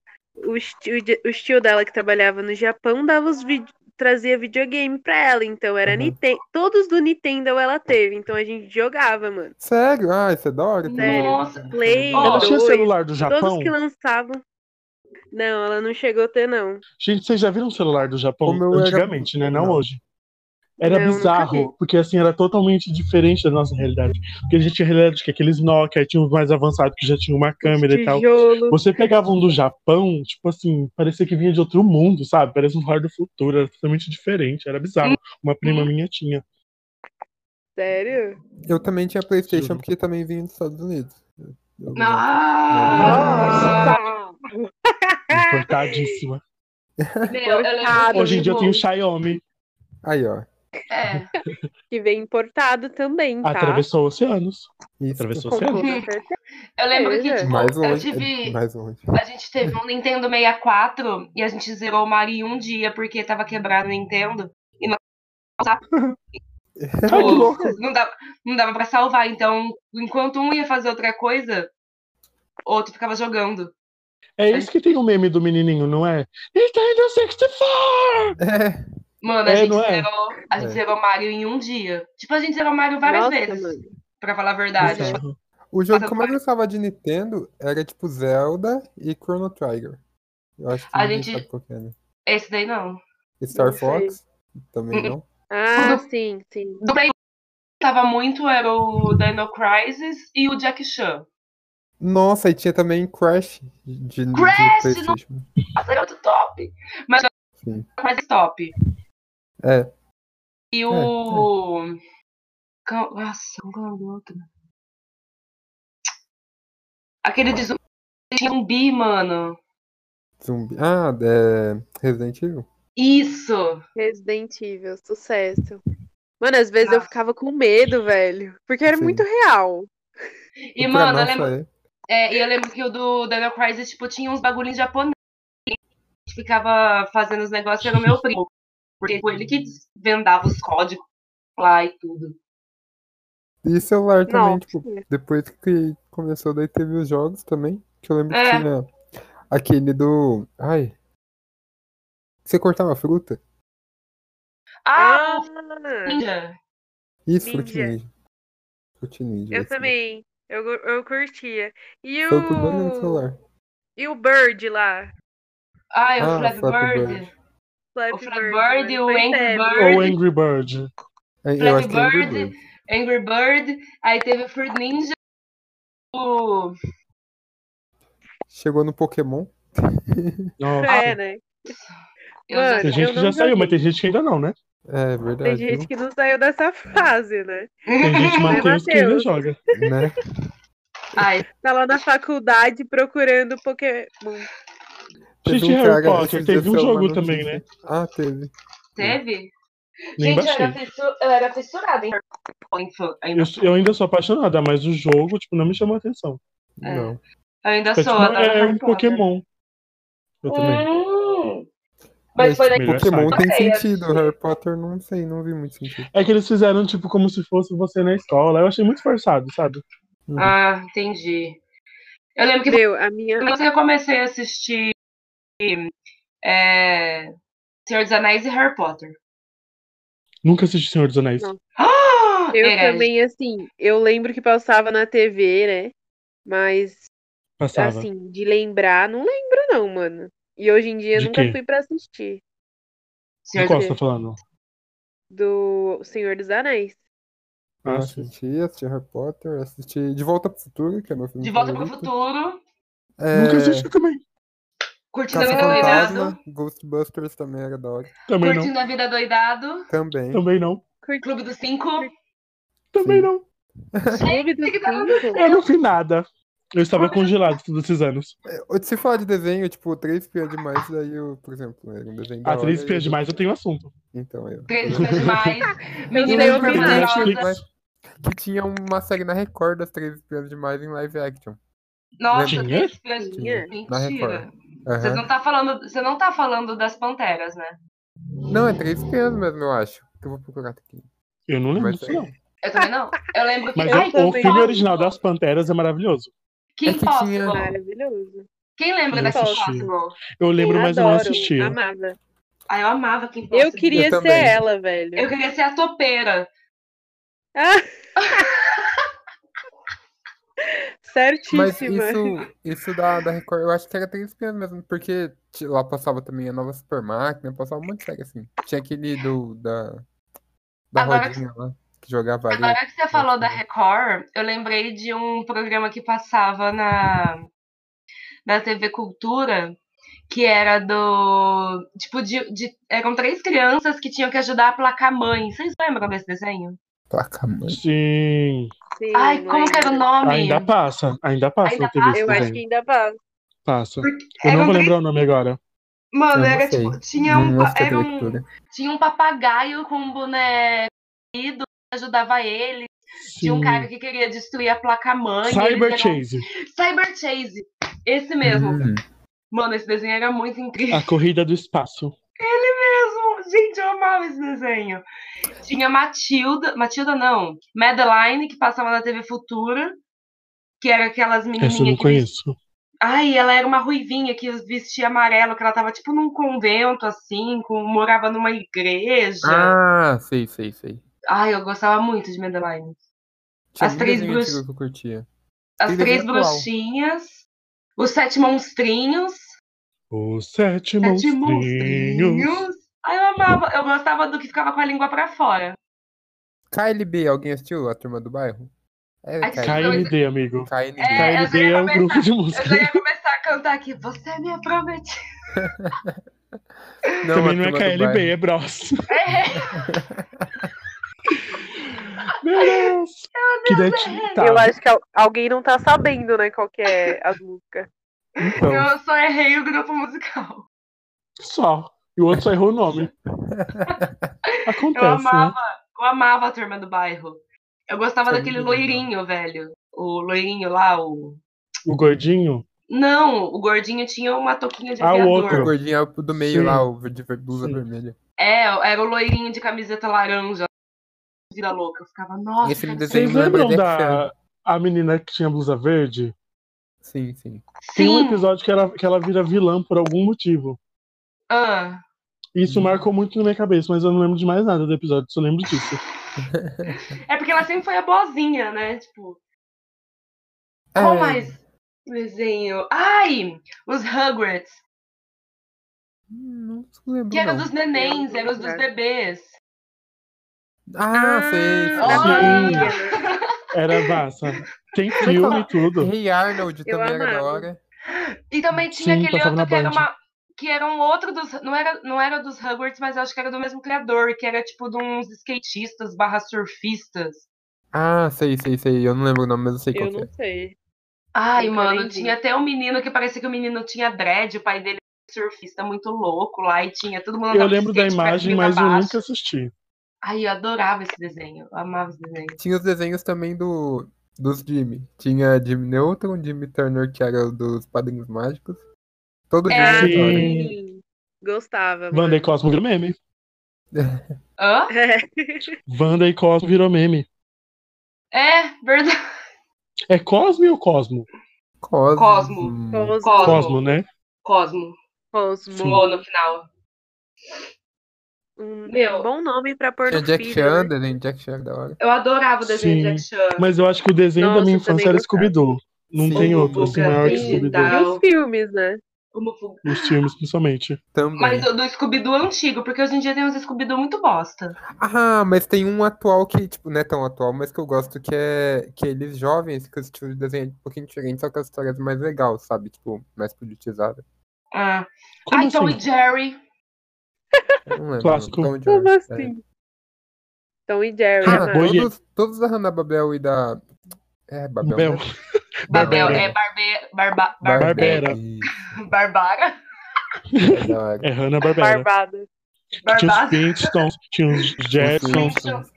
Speaker 2: os tio, de- os tio dela que trabalhava no Japão dava os vide- trazia videogame pra ela. Então era
Speaker 4: Aham.
Speaker 2: Nintendo. Todos do Nintendo ela teve. Então a gente jogava, mano.
Speaker 4: Sério? Ah, isso é da hora. também.
Speaker 3: Nossa,
Speaker 2: Play,
Speaker 3: Ó,
Speaker 1: Ela tinha
Speaker 2: dois,
Speaker 1: celular do Japão?
Speaker 2: todos que lançavam. Não, ela não chegou a ter, não.
Speaker 1: Gente, vocês já viram o celular do Japão
Speaker 4: O meu era-
Speaker 1: antigamente, né? Não,
Speaker 4: Não.
Speaker 1: hoje. Era
Speaker 2: Não, nunca
Speaker 1: bizarro,
Speaker 2: vi.
Speaker 1: porque assim, era totalmente diferente da nossa realidade. Porque a gente tinha realidade que aqueles Nokia, aí tinha os mais avançados que já tinha uma câmera e tal.
Speaker 2: Tijolo.
Speaker 1: Você pegava um do Japão, tipo assim, parecia que vinha de outro mundo, sabe? Parecia um celular do futuro, era totalmente diferente, era bizarro. Uma
Speaker 2: Uhum.
Speaker 1: prima minha tinha.
Speaker 2: Sério?
Speaker 4: Eu também tinha PlayStation
Speaker 1: Juro.
Speaker 4: porque também vinha dos Estados Unidos. Eu- eu-
Speaker 3: Nossa!
Speaker 1: Importadíssima.
Speaker 3: Meu, eu lembro
Speaker 2: Coitado,
Speaker 3: que,
Speaker 1: Hoje em dia eu
Speaker 3: tipo,
Speaker 1: tenho o Xiaomi,
Speaker 4: Aí, ó.
Speaker 3: É,
Speaker 2: Que veio importado também, tá?
Speaker 1: atravessou oceanos.
Speaker 4: Isso.
Speaker 1: Atravessou
Speaker 2: Com
Speaker 1: oceanos.
Speaker 2: toda certeza.
Speaker 3: eu lembro
Speaker 1: é.
Speaker 3: que, tipo,
Speaker 4: Mais um
Speaker 3: eu
Speaker 4: longe.
Speaker 3: tive.
Speaker 4: Mais longe.
Speaker 3: A gente teve um Nintendo 64 e a gente zerou o Mario um dia porque tava quebrado o Nintendo. E não salvar.
Speaker 1: Ai, Tá que louco.
Speaker 3: Não dava, não dava pra salvar. Então, enquanto um ia fazer outra coisa, outro ficava jogando.
Speaker 1: É isso que tem o meme do menininho, não é? Nintendo 64!
Speaker 4: É,
Speaker 3: Mano, a
Speaker 1: É,
Speaker 3: gente
Speaker 1: não é?
Speaker 3: zerou. A gente
Speaker 4: É.
Speaker 3: zerou Mario em um dia. Tipo, a gente zerou Mario várias
Speaker 2: Nossa,
Speaker 3: vezes,
Speaker 2: mano.
Speaker 3: pra falar a verdade.
Speaker 1: Bizarro.
Speaker 4: O jogo
Speaker 3: Mas eu
Speaker 4: que eu mais gostava de Nintendo era tipo Zelda e Chrono Trigger. Eu acho que
Speaker 3: A
Speaker 4: ninguém
Speaker 3: gente-
Speaker 4: sabe qual que é, né?
Speaker 3: Esse daí não. Uhum.
Speaker 4: E Star
Speaker 2: Não sei.
Speaker 4: Fox também não.
Speaker 2: Ah,
Speaker 3: Tudo.
Speaker 2: sim, sim.
Speaker 3: Do Play um tava muito era o Dino Crisis e o Jack Chan.
Speaker 4: Nossa, e tinha também Crash de, de
Speaker 3: Crash,
Speaker 4: PlayStation.
Speaker 3: Nossa, garoto top! Mas
Speaker 4: Sim.
Speaker 3: mas top.
Speaker 4: É.
Speaker 3: E o. Cal- Nossa, como que é o nome do outro? Aquele de zumbi, tinha um bi, mano.
Speaker 4: Zumbi. Ah, é... Resident Evil.
Speaker 3: Isso!
Speaker 2: Resident Evil, sucesso. Mano, às vezes eu
Speaker 3: Nossa.
Speaker 2: ficava com medo, velho. Porque era
Speaker 4: Sim.
Speaker 2: muito real.
Speaker 3: E,
Speaker 4: Pra
Speaker 3: mano, eu
Speaker 4: nossa
Speaker 3: lembro,
Speaker 4: época,
Speaker 3: é, e eu lembro que o do Daniel Crisis, tipo, tinha uns bagulhinhos japonês. que Ficava fazendo os negócios, era o meu primo. Porque foi ele que desvendava os códigos lá e tudo.
Speaker 4: E celular também,
Speaker 2: Não.
Speaker 4: tipo, depois que começou, daí teve os jogos também. Que eu lembro que
Speaker 3: É.
Speaker 4: tinha aquele do. Ai. Você cortava fruta?
Speaker 3: Ah,
Speaker 2: Ah,
Speaker 3: o ninja!
Speaker 4: Isso,
Speaker 2: Ninja.
Speaker 4: Fruit Ninja. Fruit Ninja.
Speaker 2: eu
Speaker 4: esse.
Speaker 2: também. Eu, go- eu curtia. E
Speaker 4: Foi o primeiro no
Speaker 2: o.
Speaker 4: celular.
Speaker 2: E o Bird lá.
Speaker 3: Ah, é o
Speaker 4: Ah,
Speaker 3: Flappy
Speaker 4: Flappy
Speaker 3: Bird.
Speaker 4: Bird.
Speaker 2: Flappy
Speaker 3: O Flappy Bird,
Speaker 2: mano,
Speaker 3: o
Speaker 2: foi
Speaker 3: Angry
Speaker 2: febre.
Speaker 3: Bird.
Speaker 1: Ou Angry Bird.
Speaker 4: É, Eu
Speaker 3: Flappy
Speaker 4: acho que é Angry
Speaker 3: Bird.
Speaker 4: Bird.
Speaker 3: Angry Bird, aí teve o Fruit Ninja, o...
Speaker 4: Chegou no Pokémon.
Speaker 1: Nossa.
Speaker 2: É, né?
Speaker 3: eu
Speaker 2: Mano,
Speaker 1: Tem
Speaker 3: já-
Speaker 1: gente
Speaker 2: eu
Speaker 1: que
Speaker 2: não
Speaker 1: já saiu,
Speaker 2: joguei.
Speaker 1: mas tem gente que ainda não, né?
Speaker 4: É
Speaker 2: Tem
Speaker 4: verdade.
Speaker 2: gente que não saiu dessa fase, né?
Speaker 1: Tem gente que mantém os que ainda
Speaker 2: Mateus.
Speaker 1: joga.
Speaker 4: viu? Né?
Speaker 3: Ai,
Speaker 2: Tá lá na faculdade procurando Pokémon.
Speaker 4: Teve
Speaker 1: Gente,
Speaker 4: um
Speaker 1: Harry
Speaker 4: cara,
Speaker 1: Potter,
Speaker 4: esses
Speaker 1: teve
Speaker 4: dias
Speaker 1: um
Speaker 4: saiu uma
Speaker 1: jogo também,
Speaker 4: notícia.
Speaker 1: né?
Speaker 4: Ah, teve.
Speaker 3: teve?
Speaker 1: Nem
Speaker 3: gente, eu
Speaker 1: baixei.
Speaker 3: era, fissu- eu era fissurada em Harry Potter, ainda,
Speaker 1: Eu, eu ainda sou apaixonada, mas o jogo, tipo, não me chamou a atenção.
Speaker 3: É.
Speaker 4: Não.
Speaker 3: eu ainda
Speaker 1: Então,
Speaker 3: sou,
Speaker 1: tipo,
Speaker 3: adoro
Speaker 1: é
Speaker 3: Harry
Speaker 1: um
Speaker 3: Potter.
Speaker 1: Pokémon.
Speaker 2: É.
Speaker 1: Eu também.
Speaker 3: Hum, mas foi daqui...
Speaker 1: Melhor
Speaker 4: Pokémon
Speaker 1: saga.
Speaker 4: tem
Speaker 3: Sei,
Speaker 4: sentido.
Speaker 3: acho que-
Speaker 4: Harry Potter, não sei, não vi muito sentido.
Speaker 1: É que eles fizeram, tipo, como se fosse você na escola. Eu achei muito forçado, sabe?
Speaker 3: Ah, entendi. Eu lembro que
Speaker 2: Meu, a minha.
Speaker 3: quando eu comecei a assistir é, Senhor dos Anéis e Harry Potter.
Speaker 1: Nunca assisti Senhor dos Anéis.
Speaker 2: Não.
Speaker 3: Ah,
Speaker 2: Eu
Speaker 3: herege.
Speaker 2: também, assim, eu lembro que passava na TV, né? Mas,
Speaker 1: Passava.
Speaker 2: assim, de lembrar, não lembro, não, mano. E hoje em dia eu
Speaker 1: De
Speaker 2: nunca
Speaker 1: quê?
Speaker 2: fui pra assistir.
Speaker 1: De
Speaker 3: Senhor
Speaker 1: qual
Speaker 3: dos
Speaker 1: você tá falando?
Speaker 2: Do Senhor dos Anéis.
Speaker 4: Eu
Speaker 1: Ah, sim.
Speaker 4: assisti, assisti Harry Potter, assisti De Volta pro Futuro, que é meu filme
Speaker 3: De Volta pro
Speaker 4: favorito.
Speaker 3: Futuro,
Speaker 4: É,
Speaker 1: Nunca assisti também.
Speaker 3: Curtindo a
Speaker 4: Caça
Speaker 3: Vida Doidado,
Speaker 4: Fantasma, Ghostbusters também era da hora.
Speaker 1: Também não.
Speaker 3: Curtindo a Vida Doidado,
Speaker 4: Também.
Speaker 1: Também não.
Speaker 2: Curti
Speaker 3: Clube dos Cinco.
Speaker 1: Também não.
Speaker 2: Clube dos
Speaker 3: que tá
Speaker 2: Cinco.
Speaker 1: Eu não vi nada. Eu estava congelado todos esses anos.
Speaker 4: É, Se falar de desenho, tipo, Três Pias Demais, daí eu, por exemplo, era um desenho da
Speaker 1: A
Speaker 4: hora.
Speaker 1: Ah, três
Speaker 4: e
Speaker 1: pias
Speaker 4: eu-
Speaker 1: demais eu tenho assunto.
Speaker 4: Então, eu.
Speaker 3: Três Vezes Mais, Menina
Speaker 2: Eu lembro
Speaker 4: que
Speaker 2: demais.
Speaker 4: tinha
Speaker 1: Netflix.
Speaker 3: Mentirosa.
Speaker 4: mais- Que tinha uma série na Record das Três Pias Demais em live action.
Speaker 3: Nossa,
Speaker 1: Tinha?
Speaker 3: Três Vezes
Speaker 2: Tinha.
Speaker 3: Mentira.
Speaker 4: Na Record.
Speaker 3: Você
Speaker 4: Aham.
Speaker 3: não, tá falando, você não tá falando das Panteras, né?
Speaker 4: Não, é Três Pias mesmo, eu acho. Que eu vou procurar aqui.
Speaker 1: Eu não lembro
Speaker 4: Mas
Speaker 1: disso,
Speaker 4: é-
Speaker 1: não.
Speaker 3: Eu também não. Eu lembro que...
Speaker 1: Mas é
Speaker 2: Eu
Speaker 1: o- o
Speaker 2: também.
Speaker 1: filme original das Panteras é maravilhoso.
Speaker 3: Kim
Speaker 4: É que tinha-
Speaker 3: Possible.
Speaker 2: Maravilhoso.
Speaker 3: Quem lembra
Speaker 1: Eu
Speaker 3: da Kim
Speaker 2: assisti.
Speaker 3: Possible?
Speaker 1: Eu lembro, mas eu não
Speaker 2: Adoro,
Speaker 1: assisti.
Speaker 2: amava.
Speaker 3: Ah, eu amava Kim Possible.
Speaker 2: Eu queria
Speaker 4: Eu
Speaker 2: ser
Speaker 4: também.
Speaker 2: ela, velho.
Speaker 3: Eu queria ser a topeira.
Speaker 2: Ah!
Speaker 4: Mas
Speaker 2: Certíssima.
Speaker 4: isso, isso da, da Record, eu acho que era Três Pias mesmo, porque t- lá passava também a nova Super Máquina, passava um monte de série assim. Tinha aquele do, da, da
Speaker 3: Agora-
Speaker 4: rodinha lá, que jogava ali.
Speaker 3: Agora que você falou da Record, eu lembrei de um programa que passava na, na TV Cultura, que era do. Tipo, de, de- eram três crianças que tinham que ajudar a placar a mãe. Vocês lembram desse desenho?
Speaker 4: Placa mãe.
Speaker 1: Sim.
Speaker 2: Sim,
Speaker 3: Ai, como
Speaker 2: mas-
Speaker 3: que era o nome?
Speaker 1: Ainda passa. Ainda passa
Speaker 3: Ainda
Speaker 1: na TV esse
Speaker 2: Eu acho que
Speaker 1: desenho.
Speaker 2: ainda passa.
Speaker 1: Passa. Eu
Speaker 3: Eram
Speaker 1: não vou
Speaker 3: três-
Speaker 1: lembrar o nome agora.
Speaker 3: Mano,
Speaker 4: Eu não
Speaker 3: era
Speaker 4: sei.
Speaker 3: tipo. Tinha um,
Speaker 4: Não
Speaker 3: pa-
Speaker 4: acho que é
Speaker 3: era um-
Speaker 4: leitura.
Speaker 3: tinha um papagaio com um boneco que ajudava ele. Tinha um
Speaker 1: Sim.
Speaker 3: cara que né? queria destruir a placa mãe.
Speaker 1: Cyber Chase.
Speaker 3: Cyber Chase. Esse mesmo.
Speaker 4: Hum.
Speaker 3: Mano, esse desenho era muito incrível.
Speaker 1: A corrida do espaço.
Speaker 3: mesmo, Gente, eu amava esse desenho. Tinha Matilda, Matilda não, Madeline, que passava na TV Futura, que era aquelas
Speaker 1: Essa eu não
Speaker 3: menininhas que
Speaker 1: conheço.
Speaker 3: Ai, ela era uma ruivinha que vestia amarelo, que ela tava tipo num convento, assim, com, morava numa igreja.
Speaker 4: Ah, sei, sei, sei.
Speaker 3: Ai, eu gostava muito de Madeline.
Speaker 4: Tinha
Speaker 3: As
Speaker 4: muito
Speaker 3: três
Speaker 4: desenho
Speaker 3: bruxas-
Speaker 4: antigo que eu curtia.
Speaker 3: As
Speaker 4: Tem
Speaker 3: Três
Speaker 4: desenho atual.
Speaker 3: Bruxinhas, Os Sete Monstrinhos,
Speaker 1: Os sete,
Speaker 3: Sete
Speaker 1: monstrinhos.
Speaker 3: É Monstrinhos. Ai, eu amava, eu gostava do que ficava com a língua pra fora.
Speaker 4: KLB, alguém assistiu? A Turma do Bairro? É,
Speaker 3: Ai,
Speaker 1: KLD, amigo.
Speaker 4: KLB.
Speaker 3: É, eu já
Speaker 1: KLD é
Speaker 3: ia
Speaker 1: um
Speaker 3: começar-
Speaker 1: grupo de
Speaker 3: Eu já
Speaker 1: música.
Speaker 3: ia começar a cantar aqui, você é minha prometida.
Speaker 4: Não, a
Speaker 1: Também não é
Speaker 4: Turma do Bairro.
Speaker 1: KLB, é Bros.
Speaker 3: É,
Speaker 1: Meu Deus! Que
Speaker 3: é.
Speaker 2: Eu
Speaker 1: identidade.
Speaker 2: acho que al- alguém não tá sabendo, né, qual que é as músicas.
Speaker 1: Então,
Speaker 3: eu só errei o grupo musical.
Speaker 1: só. E o outro só errou o nome.
Speaker 3: Eu
Speaker 1: Acontece, né?
Speaker 3: amava, eu amava a turma do bairro. Eu gostava
Speaker 4: Isso é
Speaker 3: daquele
Speaker 4: muito legal.
Speaker 3: loirinho, velho. O loirinho lá, o.
Speaker 1: O gordinho.
Speaker 3: Não, o gordinho tinha uma toquinha de
Speaker 1: Ah, o
Speaker 3: aviador.
Speaker 1: outro.
Speaker 4: O gordinho é o do meio
Speaker 1: Sim.
Speaker 4: lá, o de blusa
Speaker 1: Sim.
Speaker 4: vermelha.
Speaker 3: É, era o loirinho de camiseta laranja. Vida louca. Eu ficava, nossa.
Speaker 4: Esse me
Speaker 3: cara,
Speaker 4: desenho- é
Speaker 1: Vocês
Speaker 4: Sim, lembra
Speaker 1: lembram
Speaker 4: Jack
Speaker 1: da a menina que tinha blusa verde?
Speaker 4: Sim, sim.
Speaker 1: Tem um
Speaker 3: Sim.
Speaker 1: episódio que ela, que ela vira vilã por algum motivo.
Speaker 3: ah,
Speaker 1: Isso
Speaker 4: Hum.
Speaker 1: marcou muito na minha cabeça, mas eu não lembro de mais nada do episódio, só lembro disso.
Speaker 3: É porque ela sempre foi a boazinha, né? Tipo, qual
Speaker 4: É,
Speaker 3: mais desenho? Ai! Os Hogwarts.
Speaker 4: Não lembro.
Speaker 3: Que era
Speaker 4: não.
Speaker 3: dos nenéns, era os dos bebês.
Speaker 4: Ah, sei,
Speaker 3: Ah,
Speaker 1: Sim. um- Era massa. Tem
Speaker 4: Como é que
Speaker 1: filme
Speaker 4: fala?
Speaker 1: e tudo.
Speaker 4: sei. Rei Arnold
Speaker 2: Eu
Speaker 4: também era da
Speaker 2: amava.
Speaker 4: hora.
Speaker 3: E também tinha
Speaker 1: Sim,
Speaker 3: aquele
Speaker 1: passava
Speaker 3: outro
Speaker 1: na
Speaker 3: que era,
Speaker 1: Band.
Speaker 3: uma, que era um outro dos. Não era, não era dos Hogwarts, mas eu acho que era do mesmo criador, que era tipo de uns skatistas barra surfistas.
Speaker 4: Ah, sei, sei, sei. Eu não lembro o nome, mas eu sei qual
Speaker 2: Eu
Speaker 4: que é.
Speaker 2: não sei.
Speaker 3: Ai,
Speaker 2: Nunca nem
Speaker 3: mano,
Speaker 2: vi.
Speaker 3: tinha até um menino que parecia que o menino tinha dread, o pai dele era surfista muito louco lá e tinha todo mundo
Speaker 1: Eu
Speaker 3: andava de
Speaker 1: lembro da
Speaker 3: skate,
Speaker 1: imagem,
Speaker 3: perna
Speaker 1: mas eu
Speaker 3: abaixo.
Speaker 1: nunca assisti.
Speaker 3: Ai, eu adorava esse desenho. Eu amava esse desenho.
Speaker 4: Tinha os desenhos também do, dos Jimmy. Tinha Jimmy Neutron, Jimmy Turner, que era o dos Padrinhos Mágicos. Todo Jimmy
Speaker 3: É.
Speaker 4: era da hora.
Speaker 1: Sim.
Speaker 2: Ah, Gostava.
Speaker 1: Wanda e
Speaker 2: mano.
Speaker 1: Cosmo virou meme.
Speaker 3: Hã?
Speaker 2: É,
Speaker 1: Wanda e Cosmo virou meme.
Speaker 3: É, verdade.
Speaker 1: É Cosmo ou Cosmo?
Speaker 4: Cosmo.
Speaker 3: Cosmo.
Speaker 4: Hum.
Speaker 2: Cosmo.
Speaker 3: Cosmo.
Speaker 1: Cosmo, né?
Speaker 3: Cosmo.
Speaker 1: Sim.
Speaker 2: Cosmo.
Speaker 3: Ou no final.
Speaker 2: Um
Speaker 3: Meu.
Speaker 2: bom nome pra pôr
Speaker 4: Tinha
Speaker 2: no
Speaker 4: É Jack
Speaker 2: filho,
Speaker 4: Chan,
Speaker 2: né?
Speaker 4: desenho de Jack Chan, era da hora.
Speaker 3: Eu adorava o desenho de
Speaker 1: Sim.
Speaker 3: Jack Chan.
Speaker 1: Mas eu acho que o desenho
Speaker 2: Nossa,
Speaker 1: da minha
Speaker 2: eu também
Speaker 1: infância era
Speaker 2: gostava.
Speaker 1: Scooby-Doo. Não
Speaker 4: Sim.
Speaker 1: tem outro assim maior que
Speaker 4: Sim.
Speaker 1: Scooby-Doo.
Speaker 2: E os filmes, né?
Speaker 3: Homofobia.
Speaker 1: Nos filmes, principalmente.
Speaker 4: Também.
Speaker 3: Mas
Speaker 1: É.
Speaker 3: do, do Scooby-Doo antigo, porque hoje em dia tem uns Scooby-Doo muito bosta.
Speaker 4: Ah, mas tem um atual que, tipo, não é tão atual, mas que eu gosto, que é que eles jovens, que o estilo de desenho é um pouquinho diferente, só que as histórias mais legais, sabe? Tipo, mais politizada.
Speaker 3: Ah,
Speaker 1: Como
Speaker 3: Ai, Tom
Speaker 1: assim?
Speaker 3: e Jerry.
Speaker 4: Eu não lembro.
Speaker 1: Clássico.
Speaker 4: Tom e Jerry,
Speaker 2: Como
Speaker 4: é.
Speaker 2: assim? Tom e Jerry,
Speaker 1: Ah,
Speaker 2: mano.
Speaker 1: boi-
Speaker 4: todos, todos da Hanna Babel e da. É, Babel.
Speaker 1: Bel.
Speaker 4: né?
Speaker 3: Babel
Speaker 1: Barbera.
Speaker 3: é barbe, barba,
Speaker 1: Bar-
Speaker 3: barbe,
Speaker 1: Barbera.
Speaker 4: Isso,
Speaker 3: Barbara.
Speaker 4: é da hora.
Speaker 1: É Hanna-Barbera.
Speaker 2: Barbada.
Speaker 1: Que Tinha os
Speaker 3: Barbada.
Speaker 1: Flintstones, tinha os Jetsons.
Speaker 3: Jetsons.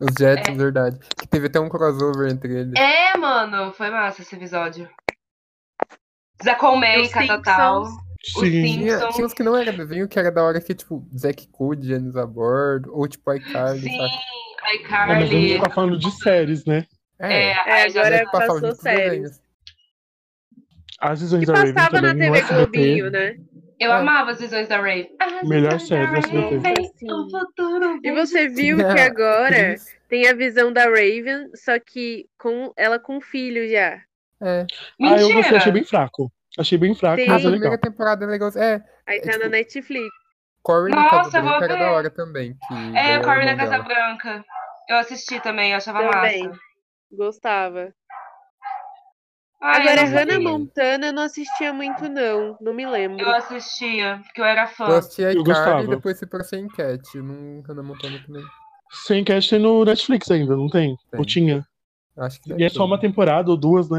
Speaker 4: Os Jetsons, verdade. Que teve até um crossover entre eles.
Speaker 3: É, mano, foi massa esse episódio. Zacomei,
Speaker 2: Os
Speaker 3: Catatal.
Speaker 2: Simpsons.
Speaker 3: Os
Speaker 1: Sim.
Speaker 3: Simpsons.
Speaker 4: Tinha, tinha uns que não era desenho, que era da hora que, tipo, Zack Code, Janis a bordo, ou tipo iCarly,
Speaker 3: Sim,
Speaker 4: saca?
Speaker 1: Ah, mas a gente
Speaker 3: iCarly.
Speaker 1: tá falando de séries, né?
Speaker 3: É,
Speaker 2: É,
Speaker 3: aí já-
Speaker 2: agora
Speaker 4: Zack passava
Speaker 2: passou
Speaker 4: junto com os
Speaker 2: séries.
Speaker 4: desenhos.
Speaker 1: As
Speaker 2: Que
Speaker 1: Visões da Raven
Speaker 2: passava na
Speaker 1: também, é no
Speaker 2: TV
Speaker 1: SBT.
Speaker 2: Globinho, né?
Speaker 3: eu
Speaker 4: é.
Speaker 3: amava as visões da Rave.
Speaker 2: Ah,
Speaker 3: As
Speaker 1: Melhor
Speaker 3: visões da
Speaker 1: série do
Speaker 3: Rave,
Speaker 1: SBT.
Speaker 3: vem o futuro
Speaker 2: é assim. E
Speaker 3: vem.
Speaker 2: você viu que
Speaker 4: Tinha
Speaker 2: agora
Speaker 4: Chris,
Speaker 2: tem a visão da Raven, só que com ela com filho já.
Speaker 1: Ah,
Speaker 4: É,
Speaker 1: eu
Speaker 3: Mentira!
Speaker 1: gostei, achei bem fraco. Achei bem fraco,
Speaker 2: Tem.
Speaker 1: mas
Speaker 4: mas
Speaker 1: é
Speaker 4: a
Speaker 1: legal.
Speaker 4: primeira temporada é legal. É,
Speaker 2: Aí tá
Speaker 4: tipo,
Speaker 2: na Netflix.
Speaker 4: Corey na
Speaker 3: Nossa,
Speaker 4: Casa
Speaker 3: eu vou
Speaker 4: Branca era da
Speaker 3: ver.
Speaker 4: hora também. Que
Speaker 3: É,
Speaker 4: era o
Speaker 3: Corre
Speaker 4: irmão
Speaker 3: da Casa
Speaker 4: dela.
Speaker 3: Branca. Eu assisti também, eu achava
Speaker 2: Também.
Speaker 3: massa.
Speaker 2: Gostava.
Speaker 3: Ai,
Speaker 2: agora, é
Speaker 3: eu, não-
Speaker 2: Hannah
Speaker 4: sabia.
Speaker 2: Montana eu não assistia muito, não. Não me lembro.
Speaker 3: eu assistia, porque eu era fã.
Speaker 4: Eu assisti
Speaker 1: Eu gostava.
Speaker 4: iCarly e depois fui pra sem enquete. Nunca na Montana também.
Speaker 1: Sem cast tem no Netflix ainda, não tem?
Speaker 4: Tem.
Speaker 1: Ou tinha?
Speaker 4: Acho que
Speaker 1: E é só uma temporada ou duas, né?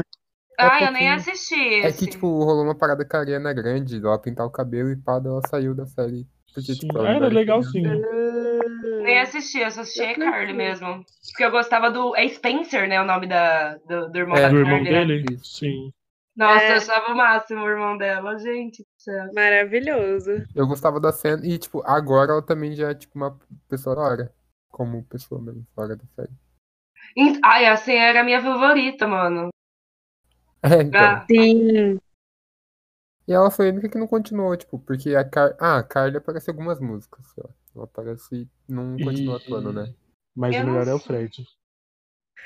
Speaker 3: Ai, eu
Speaker 4: um pouquinho.
Speaker 3: nem assisti
Speaker 4: É
Speaker 3: esse.
Speaker 4: que, tipo, rolou uma parada com a Ariana Grande, ela pintar o cabelo e pá, daí ela saiu da série.
Speaker 1: Sim,
Speaker 4: Porque,
Speaker 1: Ah,
Speaker 4: tipo, ela não
Speaker 1: Era legal
Speaker 4: criança.
Speaker 1: sim.
Speaker 3: Nem assisti, eu só assisti
Speaker 2: Eu
Speaker 3: a Carly
Speaker 2: conheci.
Speaker 3: mesmo. Porque eu gostava do. É Spencer, né? O nome da, do, do irmão
Speaker 4: É,
Speaker 3: da
Speaker 1: Do irmão
Speaker 3: Carly, né?
Speaker 1: dele?
Speaker 4: Isso.
Speaker 1: Sim.
Speaker 3: Nossa,
Speaker 2: É.
Speaker 3: eu achava o máximo o irmão dela, gente do céu.
Speaker 2: Maravilhoso.
Speaker 4: Eu gostava da cena. E, tipo, agora ela também já é, tipo, uma pessoa da hora. Como pessoa mesmo, fora da série.
Speaker 3: Ent- Ai, a senha era a minha favorita, mano.
Speaker 4: É, então.
Speaker 3: Ah,
Speaker 2: Sim.
Speaker 4: E ela foi a única que não continuou, tipo, porque a Car... Ah, a Carly aparece em algumas músicas, sei lá. Ela aparece e não continua atuando, né?
Speaker 1: Mas
Speaker 3: Eu
Speaker 1: o
Speaker 3: não
Speaker 1: melhor é o
Speaker 3: sei.
Speaker 1: Fred.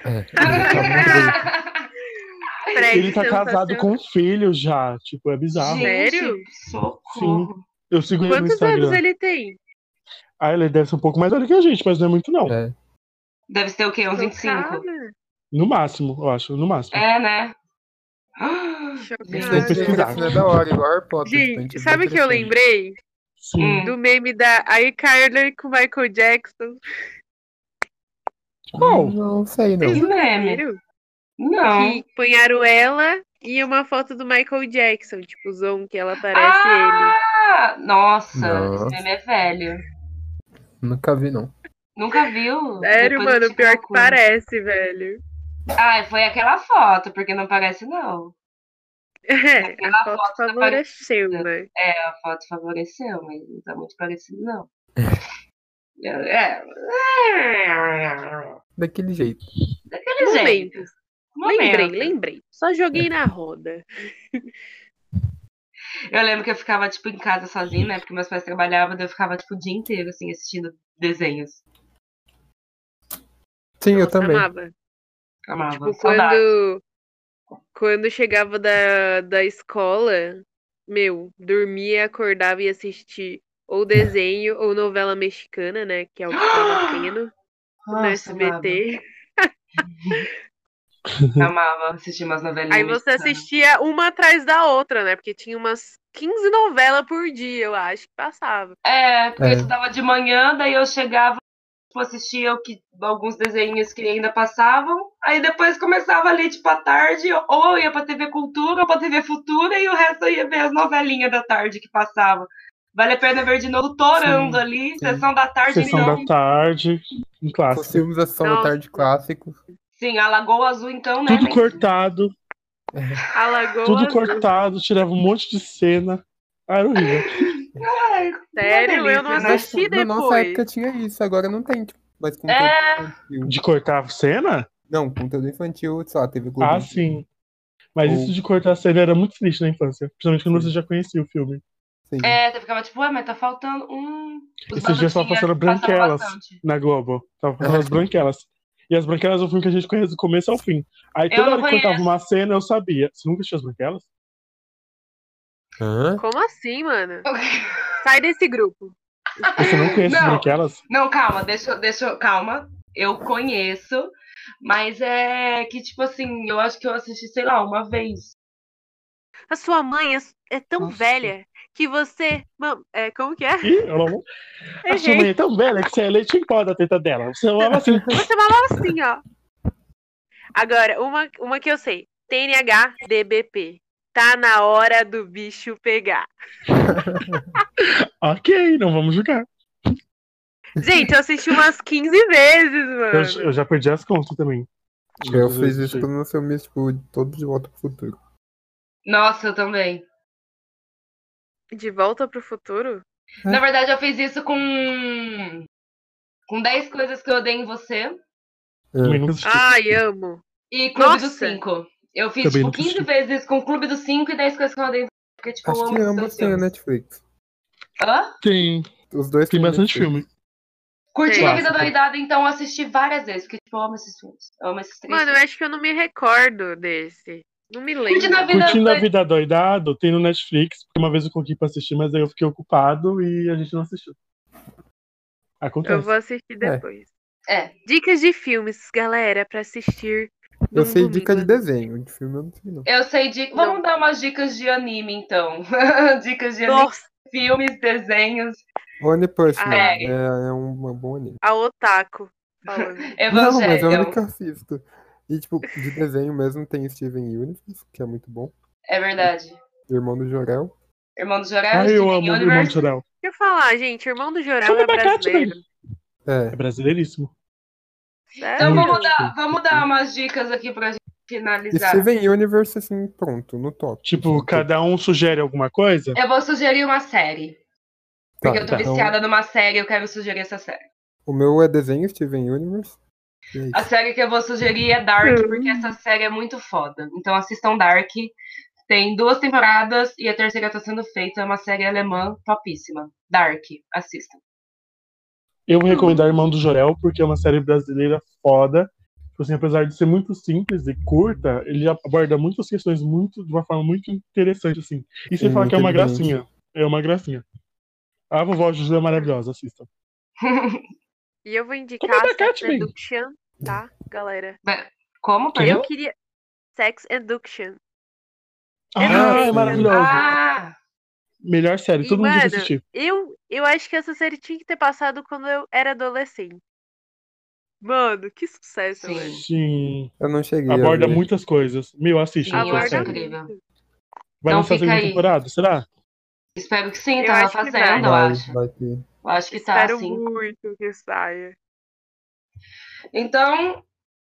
Speaker 4: É,
Speaker 2: Ah,
Speaker 4: tá muito doido.
Speaker 2: Fred,
Speaker 1: Ele tá casado com um filho já. Tipo, é bizarro.
Speaker 3: Gente,
Speaker 2: Sério?
Speaker 3: Socorro.
Speaker 1: Eu sigo ele no
Speaker 2: Quantos anos
Speaker 1: Instagram.
Speaker 2: ele tem?
Speaker 1: Ah, ele deve ser um pouco mais velho que a gente, mas não é muito, não.
Speaker 4: É.
Speaker 3: Deve ser o quê? Uns 25?
Speaker 2: Chocada.
Speaker 1: No máximo, eu acho. No máximo.
Speaker 3: É, né? Ah,
Speaker 4: Isso
Speaker 2: Chocada.
Speaker 4: daí
Speaker 1: Vou pesquisar.
Speaker 4: é da hora, igual Harry Potter. tipo, a
Speaker 2: Gente,
Speaker 4: gente vê
Speaker 2: sabe o que eu
Speaker 4: crescendo.
Speaker 2: lembrei?
Speaker 1: Sim.
Speaker 3: Hum.
Speaker 2: Do meme da iCarly com Michael Jackson.
Speaker 1: Qual?
Speaker 4: Não sei, não.
Speaker 3: Que meme.
Speaker 2: Viram?
Speaker 3: Não.
Speaker 2: Que apanharam ela e uma foto do Michael Jackson, tipo, o zoom que ela parece ele.
Speaker 3: ah, Nossa,
Speaker 4: Nossa.
Speaker 3: esse meme é velho.
Speaker 4: Nunca vi, não.
Speaker 3: Nunca viu?
Speaker 2: Sério,
Speaker 3: Depois eu
Speaker 2: mano,
Speaker 3: te
Speaker 2: pior que
Speaker 3: procuro.
Speaker 2: parece, velho.
Speaker 3: Ah, foi aquela foto, porque não parece, não.
Speaker 2: É,
Speaker 3: Aquela
Speaker 2: a foto
Speaker 3: foto tá
Speaker 2: favoreceu, né?
Speaker 3: É, a foto favoreceu, mas não tá muito parecido, não. É. é.
Speaker 4: Daquele jeito.
Speaker 3: Daquele jeito.
Speaker 2: Momentos.
Speaker 3: Momento.
Speaker 2: Lembrei, lembrei. Só joguei na roda.
Speaker 3: Eu lembro que eu ficava, tipo, em casa sozinha, né? Porque meus pais trabalhavam, daí eu ficava, tipo, o dia inteiro, assim, assistindo desenhos.
Speaker 4: Sim, eu
Speaker 2: Nossa,
Speaker 4: também.
Speaker 2: amava.
Speaker 3: Amava.
Speaker 2: Tipo,
Speaker 3: Saudade.
Speaker 2: quando, quando chegava da, da escola, meu, dormia, acordava e ia assistir ou desenho ou novela mexicana, né? Que é o que tava tendo no
Speaker 3: Nossa,
Speaker 2: SBT.
Speaker 3: amava. Amava assistir umas novelinhas.
Speaker 2: Aí você
Speaker 3: mexicanas.
Speaker 2: assistia uma atrás da outra, né? Porque tinha umas 15 novelas por dia, eu acho, que passava.
Speaker 3: É, porque
Speaker 4: É.
Speaker 3: eu estudava de manhã, daí eu chegava, tipo, assistia o que, alguns desenhos que ainda passavam, aí depois começava ali, tipo, à tarde, ou eu ia pra TV Cultura, ou pra TV Futura, e o resto eu ia ver as novelinhas da tarde que passavam. Vale a pena ver de novo Torando
Speaker 4: Sim,
Speaker 3: ali,
Speaker 4: sim.
Speaker 3: Sessão da Tarde,
Speaker 1: Sessão
Speaker 3: então.
Speaker 1: da tarde. Um
Speaker 4: Os
Speaker 1: clássico.
Speaker 4: filmes da Sessão da
Speaker 2: Nossa.
Speaker 4: Tarde clássico.
Speaker 3: Sim, a Lagoa Azul, então, né?
Speaker 1: Tudo
Speaker 3: mas-
Speaker 1: cortado.
Speaker 2: Alagoas,
Speaker 1: Tudo cortado. Tirava um monte de cena. Ah, era horrível.
Speaker 3: Ai,
Speaker 2: sério, eu não
Speaker 3: delícia,
Speaker 4: é
Speaker 3: né?
Speaker 2: assisti
Speaker 4: na nossa época
Speaker 2: depois.
Speaker 4: tinha isso, agora não tem, tipo, mas com
Speaker 3: É.
Speaker 4: conteúdo infantil.
Speaker 1: De cortar a cena?
Speaker 4: Não, conteúdo infantil, sei lá, teve Globo.
Speaker 1: Ah, sim. Mas
Speaker 4: Ou-
Speaker 1: isso de cortar a cena era muito triste na infância. Principalmente quando você já conhecia o filme.
Speaker 4: Sim.
Speaker 3: É, eu ficava tipo, ué, mas tá faltando um. Os
Speaker 1: Esses dias tava passando
Speaker 3: Badutinhas passavam
Speaker 1: Branquelas.
Speaker 3: bastante.
Speaker 1: Na Globo. Tava passando as branquelas. E as branquelas é um filme que a gente conhece do começo ao fim. Aí
Speaker 3: Eu
Speaker 1: toda
Speaker 3: não
Speaker 1: hora que cortava
Speaker 3: conheço.
Speaker 1: uma cena, eu sabia. Você nunca assistiu as branquelas?
Speaker 4: Hã?
Speaker 2: Como assim, mano? Sai desse grupo.
Speaker 1: Você não conhece as
Speaker 3: Não.
Speaker 1: branquelas?
Speaker 3: Não, calma, deixa, eu- deixa, eu- calma. Eu conheço, mas é que, tipo assim, eu acho que eu assisti, sei lá, uma vez.
Speaker 2: A sua mãe é, é tão
Speaker 4: Nossa.
Speaker 2: velha que você. Mam- é, como que é?
Speaker 1: Ih, ela... A sua mãe é tão velha que você é leite em pó da teta dela. Você amava assim.
Speaker 4: é
Speaker 2: Você falava assim, ó. Agora, uma, uma que eu sei. TNH DBP. Tá na hora do bicho pegar.
Speaker 1: ok, não vamos julgar.
Speaker 2: Gente, eu assisti umas 15 vezes,
Speaker 3: É.
Speaker 1: Eu,
Speaker 2: mano.
Speaker 1: eu já perdi as contas também.
Speaker 4: Eu fiz isso quando não sei tipo, todo de volta pro futuro.
Speaker 3: Nossa, eu também.
Speaker 2: De volta pro futuro?
Speaker 4: É.
Speaker 3: Na verdade, eu fiz isso com. Com 10 coisas que eu odeio em você
Speaker 1: Também nunca assisti.
Speaker 2: Ai, amo.
Speaker 3: e Clube dos
Speaker 2: Nossa.
Speaker 3: 5. Eu fiz,
Speaker 1: Também
Speaker 3: tipo,
Speaker 1: nunca
Speaker 3: 15
Speaker 1: assisti.
Speaker 3: vezes com Clube dos 5 e 10 coisas que eu odeio em você. Porque, tipo, eu
Speaker 4: Acho
Speaker 3: amo
Speaker 4: que
Speaker 3: esses
Speaker 4: ambos
Speaker 3: dois
Speaker 4: têm né? a
Speaker 3: filmes.
Speaker 4: Netflix.
Speaker 3: Hã?
Speaker 1: Tem,
Speaker 4: Os dois
Speaker 1: tem
Speaker 4: têm
Speaker 1: bastante
Speaker 4: Netflix.
Speaker 1: filme.
Speaker 3: Curti a
Speaker 1: Clássico.
Speaker 3: Vida Doidada, então eu assisti várias vezes, porque, tipo, eu amo esses filmes. Eu amo esses três.
Speaker 2: Mano, é eu
Speaker 3: filmes.
Speaker 2: acho que eu não me recordo desse. Não me
Speaker 3: Curti na
Speaker 2: lembro.
Speaker 3: Vida
Speaker 1: Curtindo a
Speaker 3: Doidada.
Speaker 1: Vida Doidado tem no Netflix, porque uma vez eu coloquei pra assistir, mas aí eu fiquei ocupado e a gente não assistiu.
Speaker 2: Eu
Speaker 1: Acontece.
Speaker 2: vou assistir depois.
Speaker 3: É.
Speaker 2: Dicas de filmes, galera, pra assistir. num
Speaker 4: Eu sei dica de
Speaker 2: domingo.
Speaker 4: desenho, de filme eu não sei não.
Speaker 3: Eu sei de.
Speaker 2: Não.
Speaker 3: Vamos dar umas dicas de anime, então. dicas de anime,
Speaker 2: Nossa,
Speaker 3: filmes, desenhos.
Speaker 4: One Punch
Speaker 2: Ah,
Speaker 4: Man
Speaker 3: é.
Speaker 4: é, é uma boa anime.
Speaker 2: a Otaku falando.
Speaker 4: Não, mas é o
Speaker 3: Evangelho.
Speaker 4: único que eu assisto. E, tipo, de desenho mesmo tem Steven Universe, que é muito bom.
Speaker 3: É verdade.
Speaker 4: Irmão do Jorel.
Speaker 3: Irmão do Jorel,
Speaker 1: Ai, Ah, eu
Speaker 3: Steven
Speaker 1: amo o Irmão
Speaker 3: Universe.
Speaker 1: de Jorel.
Speaker 2: Deixa eu falar, gente, Irmão do Jorel
Speaker 1: Chama
Speaker 2: é
Speaker 1: abacate,
Speaker 2: brasileiro.
Speaker 4: É.
Speaker 1: É brasileiríssimo.
Speaker 2: Sério?
Speaker 3: Então
Speaker 1: Muito
Speaker 3: vamos dar,
Speaker 1: bom.
Speaker 3: vamos dar umas dicas aqui pra gente finalizar.
Speaker 4: Steven Universe, assim, pronto, no top. Assim,
Speaker 1: Tipo, cada um sugere alguma coisa?
Speaker 3: Eu vou sugerir uma série.
Speaker 4: Tá,
Speaker 3: Porque eu tô
Speaker 1: tá.
Speaker 3: viciada numa série, eu quero sugerir essa série.
Speaker 4: O meu é desenho Steven Universe. E é isso.
Speaker 3: A série que eu vou sugerir é Dark,
Speaker 2: Hum.
Speaker 3: porque essa série é muito foda. Então assistam Dark. Tem duas temporadas e a terceira tá sendo feita. É uma série alemã topíssima. Dark, assistam.
Speaker 1: Eu vou recomendar Irmão do Jorel, porque é uma série brasileira foda. Tipo assim, apesar de ser muito simples e curta, ele aborda muitas questões muito, de uma forma muito interessante, assim. E sem
Speaker 4: Sim,
Speaker 1: falar que é uma
Speaker 4: inteligente.
Speaker 1: gracinha. É uma gracinha. A vovó Juju é maravilhosa, assista.
Speaker 2: E eu vou indicar
Speaker 1: Como é da
Speaker 2: Sex
Speaker 1: Catman?
Speaker 2: Education, tá, galera?
Speaker 3: Né? Como?
Speaker 1: Quem?
Speaker 3: Perdão?
Speaker 2: Eu queria. Sex Education.
Speaker 1: Ah, é maravilhosa.
Speaker 3: Ah!
Speaker 1: Melhor série,
Speaker 2: E,
Speaker 1: todo mundo tem que
Speaker 2: mano,
Speaker 1: assistir.
Speaker 2: Eu, eu acho que essa série tinha que ter passado quando eu era adolescente. Mano, que sucesso,
Speaker 3: Sim.
Speaker 2: velho.
Speaker 1: Sim,
Speaker 4: Eu não cheguei. a
Speaker 1: aborda
Speaker 4: ver.
Speaker 1: muitas coisas. Meu, assiste.
Speaker 3: Sim,
Speaker 1: essa
Speaker 3: eu acho
Speaker 1: série.
Speaker 3: incrível.
Speaker 1: Vai lançar
Speaker 3: Então
Speaker 1: a
Speaker 3: fica
Speaker 1: segunda
Speaker 3: aí.
Speaker 1: temporada, será?
Speaker 3: Espero que sim,
Speaker 2: Eu
Speaker 3: tá
Speaker 2: acho que vai.
Speaker 3: fazendo, eu
Speaker 4: Vai,
Speaker 3: acho.
Speaker 4: vai ter.
Speaker 3: Eu acho que tá,
Speaker 2: Espero
Speaker 3: sim.
Speaker 2: muito que saia.
Speaker 3: Então,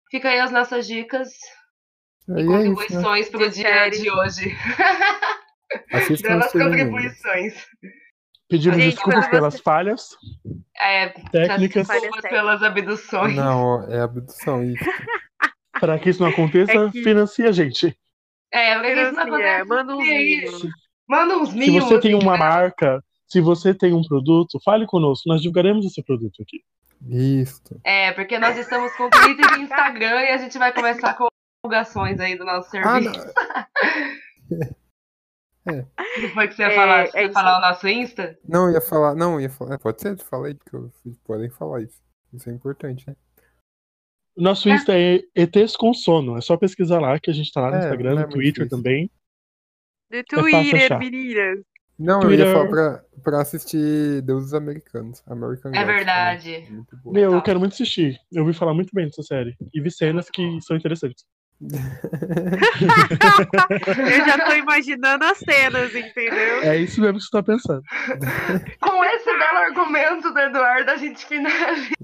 Speaker 3: fica aí as nossas dicas
Speaker 4: Aí
Speaker 3: e
Speaker 4: é isso, né?
Speaker 3: contribuições pro
Speaker 2: De
Speaker 3: dia
Speaker 2: série.
Speaker 3: de hoje.
Speaker 4: Assistam
Speaker 3: Belas
Speaker 4: Steven Universe.
Speaker 3: contribuições.
Speaker 1: Pedimos
Speaker 2: Gente,
Speaker 1: desculpas
Speaker 2: quando
Speaker 1: pelas
Speaker 2: você-
Speaker 1: falhas
Speaker 3: É,
Speaker 1: técnicas.
Speaker 2: Falha
Speaker 3: desculpas
Speaker 2: séria.
Speaker 3: pelas abduções.
Speaker 4: Não, é abdução. Isso.
Speaker 1: Para que isso não aconteça,
Speaker 2: É que-
Speaker 1: financia a gente.
Speaker 3: É, porque isso não
Speaker 2: Financia,
Speaker 3: acontece. é
Speaker 2: manda um
Speaker 3: E aí?
Speaker 2: vídeo.
Speaker 3: Manda uns
Speaker 1: Se
Speaker 3: mimos.
Speaker 1: você tem uma marca, se você tem um produto, fale conosco, nós divulgaremos esse produto aqui.
Speaker 4: Isso.
Speaker 3: É, porque nós estamos com Twitter e Instagram e a gente vai começar com divulgações aí do nosso
Speaker 4: Ah,
Speaker 3: serviço.
Speaker 4: não.
Speaker 3: O que foi que você
Speaker 2: É,
Speaker 3: ia falar? Você
Speaker 2: é
Speaker 3: ia
Speaker 2: isso.
Speaker 3: falar o nosso Insta?
Speaker 4: não, eu ia falar. Não, eu ia falar. é, Pode ser? Falei que eu- vocês podem falar isso. Isso é importante, né?
Speaker 1: Nosso Insta é ETs com sono. É só pesquisar lá que a gente tá lá no
Speaker 4: É,
Speaker 1: Instagram,
Speaker 4: não é
Speaker 1: no
Speaker 4: muito
Speaker 1: Twitter
Speaker 4: difícil.
Speaker 1: também.
Speaker 2: Do
Speaker 1: fácil
Speaker 2: Twitter,
Speaker 1: achar.
Speaker 2: meninas.
Speaker 4: Não, eu
Speaker 1: Twitter.
Speaker 4: ia falar pra, pra assistir Deuses Americanos. American
Speaker 3: É
Speaker 4: Gods, né?
Speaker 3: verdade.
Speaker 4: Muito boa.
Speaker 1: Meu, eu
Speaker 3: Tá.
Speaker 1: quero muito assistir. Eu ouvi falar muito bem dessa série. E vi cenas que são interessantes.
Speaker 2: Eu já tô imaginando as cenas, entendeu?
Speaker 1: É isso mesmo que você tá pensando.
Speaker 3: Com esse belo argumento do Eduardo, a gente finaliza.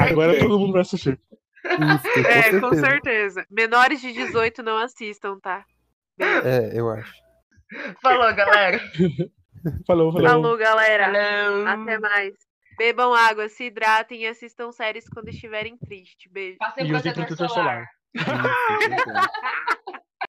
Speaker 1: Agora todo mundo vai assistir.
Speaker 4: Isso, com
Speaker 2: É, com
Speaker 4: certeza.
Speaker 2: certeza. Menores de 18 não assistam, tá?
Speaker 4: É, eu acho.
Speaker 3: Falou, galera.
Speaker 1: Falou, falou.
Speaker 2: Falou, galera.
Speaker 3: Falou.
Speaker 2: Até mais. Bebam água, se hidratem e assistam séries quando estiverem tristes. Beijo.
Speaker 3: Passem
Speaker 1: E usem
Speaker 3: protetor
Speaker 1: protetor
Speaker 3: solar.
Speaker 1: solar.
Speaker 4: Isso, com certeza.